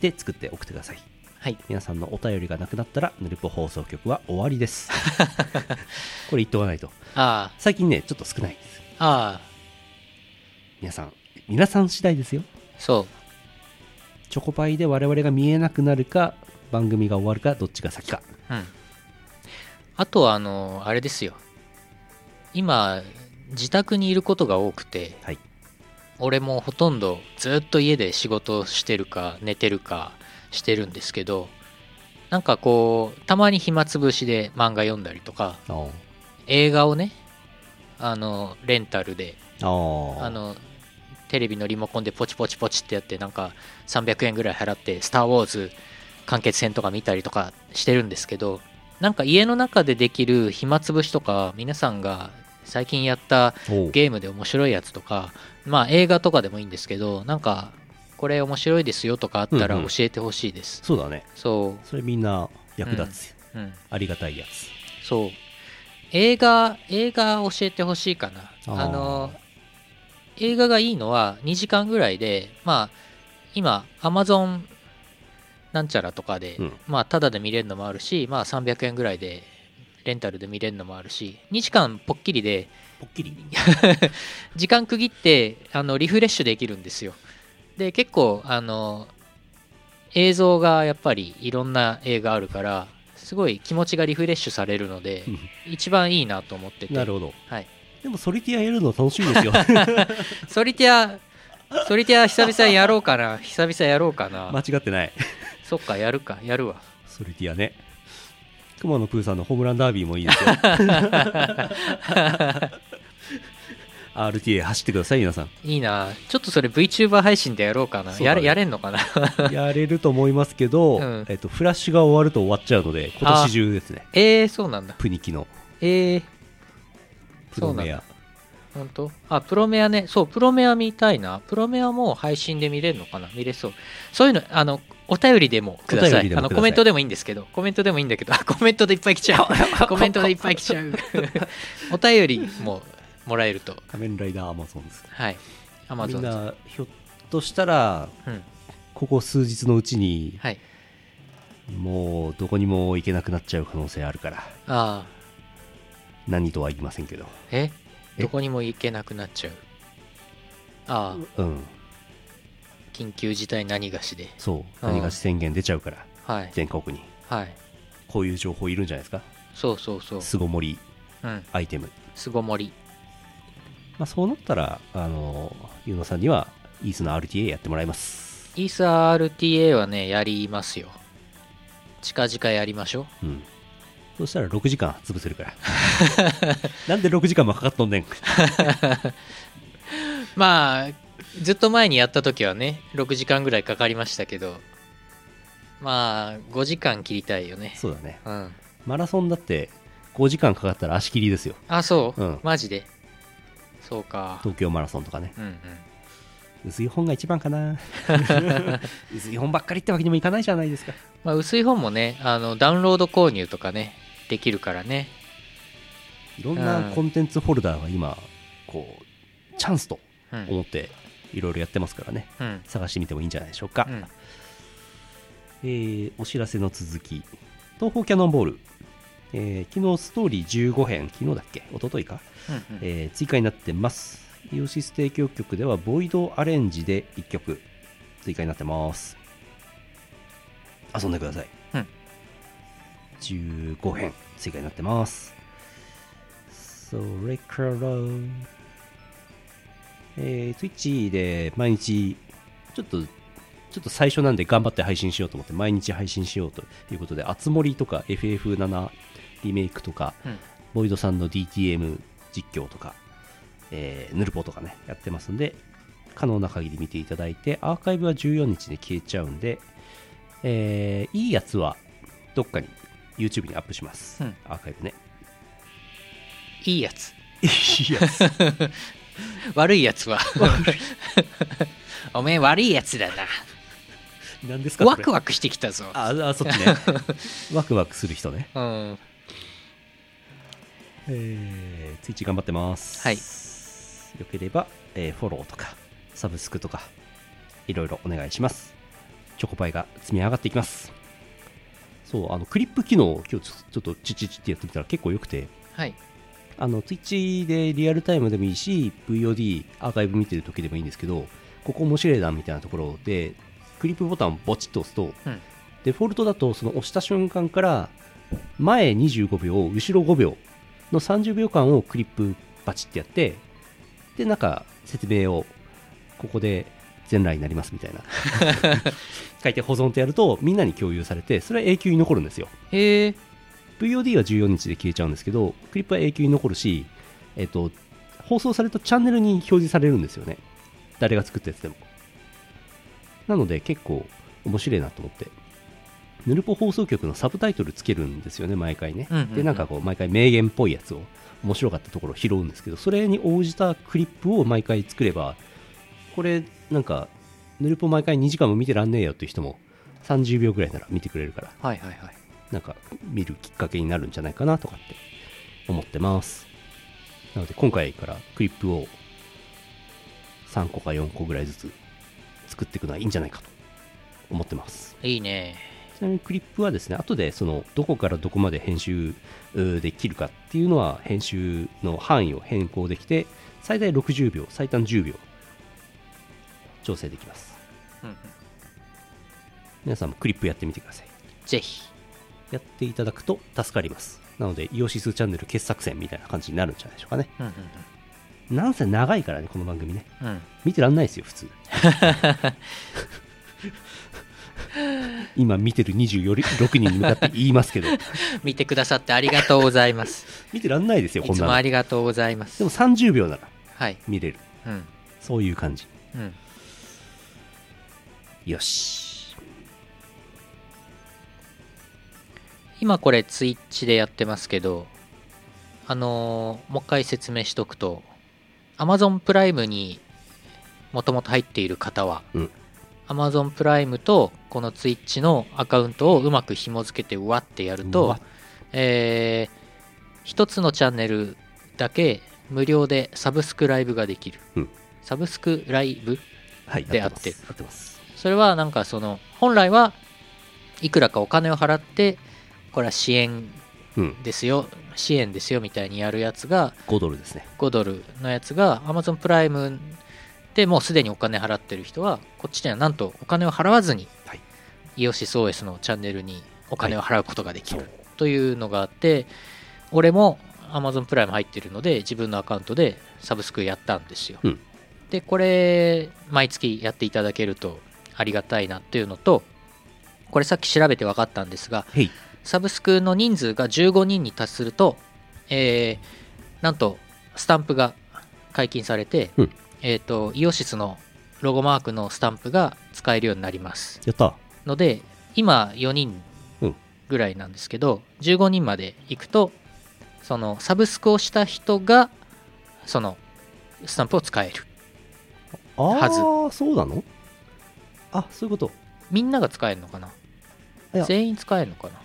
B: で作って送ってください
A: はい
B: 皆さんのお便りがなくなったらヌルポ放送局は終わりですこれ言っとかないと
A: あ
B: 最近ねちょっと少ないです
A: あああ
B: 皆さん皆さん次第ですよ
A: そう
B: チョコパイで我々が見えなくなるか番組が終わるかどっちが先か
A: うんあとはあのあれですよ今自宅にいることが多くて、
B: はい
A: 俺もほとんどずっと家で仕事をしてるか寝てるかしてるんですけどなんかこうたまに暇つぶしで漫画読んだりとか
B: あー
A: 映画をねあのレンタルで
B: あー
A: あのテレビのリモコンでポチポチポチってやってなんか300円ぐらい払って「スター・ウォーズ」完結編とか見たりとかしてるんですけどなんか家の中でできる暇つぶしとか皆さんが最近やった
B: おう
A: ゲームで面白いやつとかまあ映画とかでもいいんですけどなんかこれ面白いですよとかあったら
B: うんうん
A: 教えてほしいです、
B: そうだね
A: そ
B: それみんな役立つ、
A: ううん
B: ありがたいやつ
A: そう映画映画教えてほしいかな
B: あー
A: あの映画がいいのは2時間ぐらいでまあ今アマゾンなんちゃらとかで、
B: うん
A: まあタダで見れるのもあるしまあ300円ぐらいでレンタルで見れるのもあるし2時間ぽっきりで
B: ぽっきり
A: 時間区切ってあのリフレッシュできるんですよで結構あの映像がやっぱりいろんな映画あるからすごい気持ちがリフレッシュされるので
B: うん
A: 一番いいなと思ってて
B: なるほど
A: はい、
B: でもソリティアやるの楽 しいですよ
A: ソリティアソリティア久々やろうかな久々やろうかな、
B: 間違ってない
A: そっかやるかやるわ
B: ソリティアね熊野プーさんのホームランダービーもい いですよ RTA 走ってください皆さん
A: いいなちょっとそれ VTuber 配信でやろうかな、
B: そうだ
A: やれ
B: ね
A: やれんのかな
B: やれると思いますけど、
A: うん
B: えっと、フラッシュが終わると終わっちゃうので今年中ですね
A: えー、そうなんだ
B: プニキの
A: えー、
B: プロメア
A: 本当あ、プロメアね。そう、プロメア見たいな。プロメアも配信で見れるのかな見れそう。そういうの、あの、お便りでもくだ
B: お
A: さ
B: 便り
A: い。
B: で
A: あの
B: もください
A: コメントでもいいんですけど、コメントでもいいんだけど、あコメントでいっぱい来ちゃ う。コメントでいっぱい来ちゃう。お便りももらえると。
B: 仮面ライダーアマゾンです
A: はい。アマ
B: み
A: ゾ
B: ん
A: ン。
B: なひょっとしたら
A: うん。
B: ここ数日のうちに
A: はい。
B: もうどこにも行けなくなっちゃう可能性あるから
A: ああ、
B: 何とは言いませんけど
A: え
B: え
A: どこにも行けなくなっちゃう。ああ、
B: うん
A: 緊急事態何がしで。
B: そう
A: あー
B: 何がし宣言出ちゃうから
A: はい。
B: 全国に
A: はい。
B: こういう情報いるんじゃないですか
A: そうそうそう。
B: 巣ごもり
A: うん。
B: アイテム、
A: 巣ごもり。
B: まあ、そうなったらあのゆうのさんにはイースの RTA やってもらいます
A: イーサ RTA はね、やりますよ。近々やりましょう。
B: うんそしたら6時間潰せるから なんで6時間もかかっとんねん
A: まあ、ずっと前にやった時はね、6時間ぐらいかかりましたけど、まあ、5時間切りたいよね。
B: そうだね
A: うん。
B: マラソンだって5時間かかったら足切りですよ
A: あ、そう、
B: うん
A: マジで。そうか。
B: 東京マラソンとかね
A: うんうん。
B: 薄い本が一番か な薄い本ばっかりってわけにもいかないじゃないですか
A: まあ、薄い本もね、あの、ダウンロード購入とかね、できるからね。
B: いろんなコンテンツフォルダーが今こうチャンスと
A: う
B: 思
A: ん。
B: っていろいろやってますからね
A: うん。
B: 探してみてもいいんじゃないでしょうか、
A: うん
B: えーお知らせの続き東方キャノンボール、えー昨日ストーリー15編昨日だっけ一昨日か、
A: うんうん
B: えー追加になってますイオシス提供曲ではボイドアレンジで1曲追加になってます遊んでください、
A: うん
B: 15編追加になってますそれからえー、Twitch で毎日ちょっとちょっと最初なんで頑張って配信しようと思って毎日配信しようということで、あつ森とか FF7 リメイクとか、
A: うん
B: ボイドさんの DTM 実況とか、えーヌルポとかね、やってますんで、可能な限り見ていただいて、アーカイブは14日で消えちゃうんで、えーいいやつはどっかに YouTube にアップします。
A: うん
B: アーカイブね。
A: いいやつ。
B: いいやつ。
A: 悪いやつは。 おめえ悪いやつだな。
B: 何ですか
A: ワク
B: ワク
A: ワクしてきたぞ。
B: ああ、そっち ね。ワクワクする人ね。
A: うん。
B: えー、ツイッチ頑張ってます。
A: はい
B: よければ、えーフォローとか、サブスクとか、いろいろお願いします。チョコパイが積み上がっていきます。そう、あの、クリップ機能、今日ちょちょっとチチチってやってみたら結構良くて、
A: はい。
B: あの、ツイッチでリアルタイムでもいいし、VOD アーカイブ見てる時でもいいんですけど、ここ面白いなみたいなところで、クリップボタンをボチッと押すと、
A: うん
B: デフォルトだとその押した瞬間から、前25秒、後ろ5秒の30秒間をクリップバチってやって、で、なんか説明を、ここで全裸になりますみたいな。 書いて保存ってやると、みんなに共有されて、それは永久に残るんですよ。
A: へえ。
B: VOD は14日で消えちゃうんですけど、クリップは永久に残るし、えっと、放送されるとチャンネルに表示されるんですよね。誰が作ったやつでも。なので結構面白いなと思って。ヌルポ放送局のサブタイトルつけるんですよね、毎回ね。
A: うんうんうん
B: で、なんかこう、毎回名言っぽいやつを、面白かったところを拾うんですけど、それに応じたクリップを毎回作れば、これ、なんか、ヌルポ毎回2時間も見てらんねえよっていう人も、30秒ぐらいなら見てくれるから、
A: はいはいはい。
B: なんか見るきっかけになるんじゃないかなとかって思ってます。なので今回からクリップを3個か4個ぐらいずつ作っていくのはいいんじゃないかと思ってます。
A: いいね。
B: そちなみにクリップはですね後でそのどこからどこまで編集うーできるかっていうのは編集の範囲を変更できて最大60秒最短10秒調整できます
A: うん
B: 皆さんもクリップやってみてください
A: ぜひ
B: やっていただくと助かりますなのでイオシスチャンネル傑作戦みたいな感じになるんじゃないでしょうかね
A: うんうん
B: なんせ長いからねこの番組ね
A: うんうん
B: 見てらんないですよ 普通今見てる26人に向かって言いますけど
A: 見てくださってありがとうございます
B: 見てらんないですよ
A: い
B: こん
A: つ
B: な
A: もあ
B: の
A: りがとうございま
B: ですも30秒なら
A: はい
B: 見れる
A: うん
B: そういう感じ
A: うん
B: よし
A: 今これツイッチでやってますけどあのーもう一回説明しとくと Amazon プライムにもともと入っている方は、
B: うん
A: Amazon プライムとこのツイッチのアカウントをうまく紐付けてうわってやる
B: う
A: と
B: わ
A: えー一つのチャンネルだけ無料でサブスクライブができる、
B: うん
A: サブスクライブ
B: はい
A: で
B: 合ってま
A: 合って
B: す
A: る
B: 合ってます
A: それはなんかその本来はいくらかお金を払ってこれは支援
B: うん
A: ですよ支援ですよみたいにやるやつが
B: 5ドルですね
A: 5ドルのやつが Amazon プライムでもうすでにお金払ってる人はこっちにはなんとお金を払わずに、
B: はい
A: イオシス OS のチャンネルにお金を払うことができる、というのがあって俺も Amazon プライム入ってるので自分のアカウントでサブスクやったんですよ、
B: うん
A: でこれ毎月やっていただけるとありがたいなっていうのとこれさっき調べて分かったんですが
B: へい
A: サブスクの人数が15人に達すると、えーなんとスタンプが解禁されて、
B: うん
A: えー、とイオシスのロゴマークのスタンプが使えるようになります
B: やった
A: ので今4人
B: うん
A: ぐらいなんですけど、15人まで行くとそのサブスクをした人がそのスタンプを使える
B: ああ
A: は
B: そうなのあそういうこと
A: みんなが使えるのかない
B: や
A: 全員使えるのかな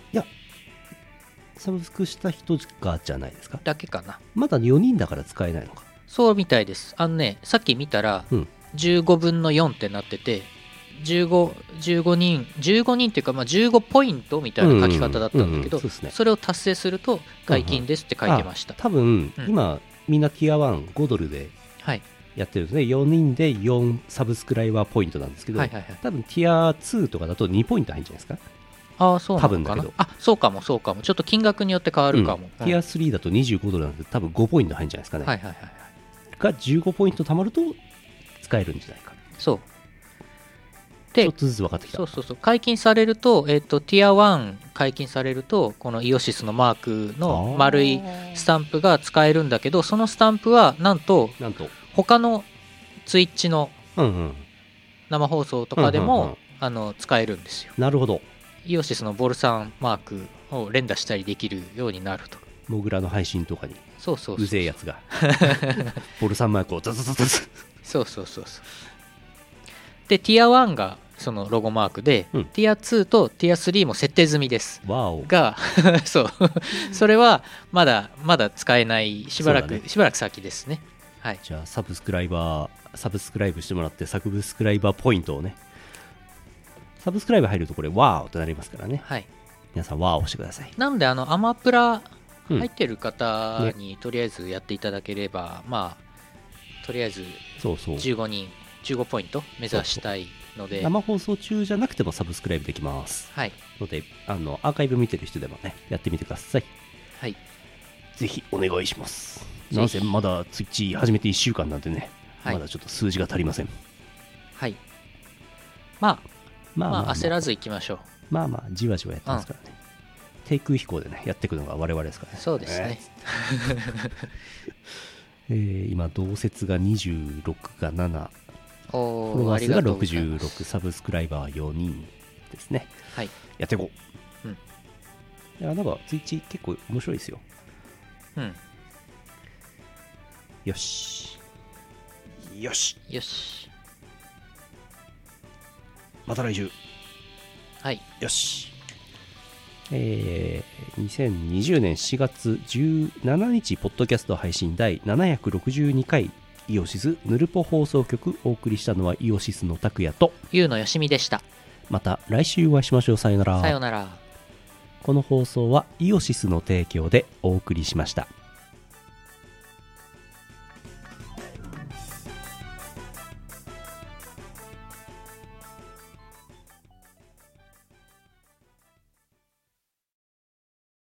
B: サブスクした人がじゃないですか
A: だけかな
B: まだ4人だから使えないのか
A: そうみたいです。あのね、さっき見たら、
B: うん
A: 15分の4ってなってて、15, 15人、15人っていうか、まあ、15ポイントみたいな書き方だったんだけど、
B: うんうんうんうんそうですね
A: それを達成すると解禁ですって書いてました。
B: あ多分、
A: うん
B: 今みんなティア15ドルで
A: はい、
B: やってるんですね4人で4サブスクライバーポイントなんですけど、
A: はいはいはい。
B: 多分ティア2とかだと2ポイント入るんじゃないですか、
A: ああ、そうな
B: 多分
A: の
B: だ
A: か
B: け
A: な
B: ど。
A: あそうかもそうかも。ちょっと金額によって変わるかも。
B: ティア3だと25ドルなんで多分5ポイント入るんじゃないですか
A: うん
B: ね、
A: はいはいはいはい。
B: が15ポイント貯まると使えるんじゃないか
A: そう。
B: ち
A: で
B: ょっとずつ分かってきた
A: そうそうそう解禁されると、えっとティア1解禁されるとこのイオシスのマークの丸いスタンプが使えるんだけどそのスタンプはなんと
B: なんと
A: 他のツイッチの
B: うんうん
A: 生放送とかでも、
B: うんうんうん
A: あの使えるんですよ
B: なるほど
A: イオシスのボルサンマークを連打したりできるようになると
B: モグラの配信とかに
A: そうそうそう
B: うぜえや つがボルサンマークをザザザザザ
A: そうそうそうそうでティア1がそのロゴマークで、
B: うん
A: ティア2とティア3も設定済みです
B: わお
A: が そうそれはまだまだ使えないしばら
B: そ
A: く、
B: うだね
A: しばらく先ですねはい
B: じゃあサブスクライバーサブスクライブしてもらってサブスクライバーポイントをねサブスクライブ入るとこれワーオとなりますからね
A: はい
B: 皆さんワーオしてください
A: なんであのアマプラ
B: うん
A: 入ってる方にとりあえずやっていただければ、まあとりあえず
B: そうそう
A: 15人15ポイント目指したいので
B: 生放送中じゃなくてもサブスクライブできます
A: はい
B: のであのアーカイブ見てる人でもねやってみてください
A: はい
B: ぜひお願いします
A: ひ
B: なんせまだツイッチ始めて1週間なんでね、
A: はい
B: まだちょっと数字が足りません
A: はいま
B: ま
A: あ
B: あ
A: ま
B: まあ、
A: あ
B: まあ、
A: 焦らずいきましょう
B: まあまあじわじわやってますからね、低空飛行でねやっていくのが我々ですからね
A: そうですね、
B: えー今同説が26が7フォロ
A: おー
B: ワ
A: あ
B: ー
A: り
B: 数が
A: がとうございます
B: 66サブスクライバー4人ですね
A: はい
B: やっていこう、
A: うん
B: いやなんかツイッチ結構面白いですよ
A: うん
B: よしよし
A: よし
B: また来週
A: はい
B: よしえー、2020年4月17日ポッドキャスト配信第762回イオシスヌルポ放送局お送りしたのはイオシスの拓也と
A: ゆうのよしみでした
B: また来週お会いしましょう。さようなら。
A: さよなら
B: この放送はイオシスの提供でお送りしました。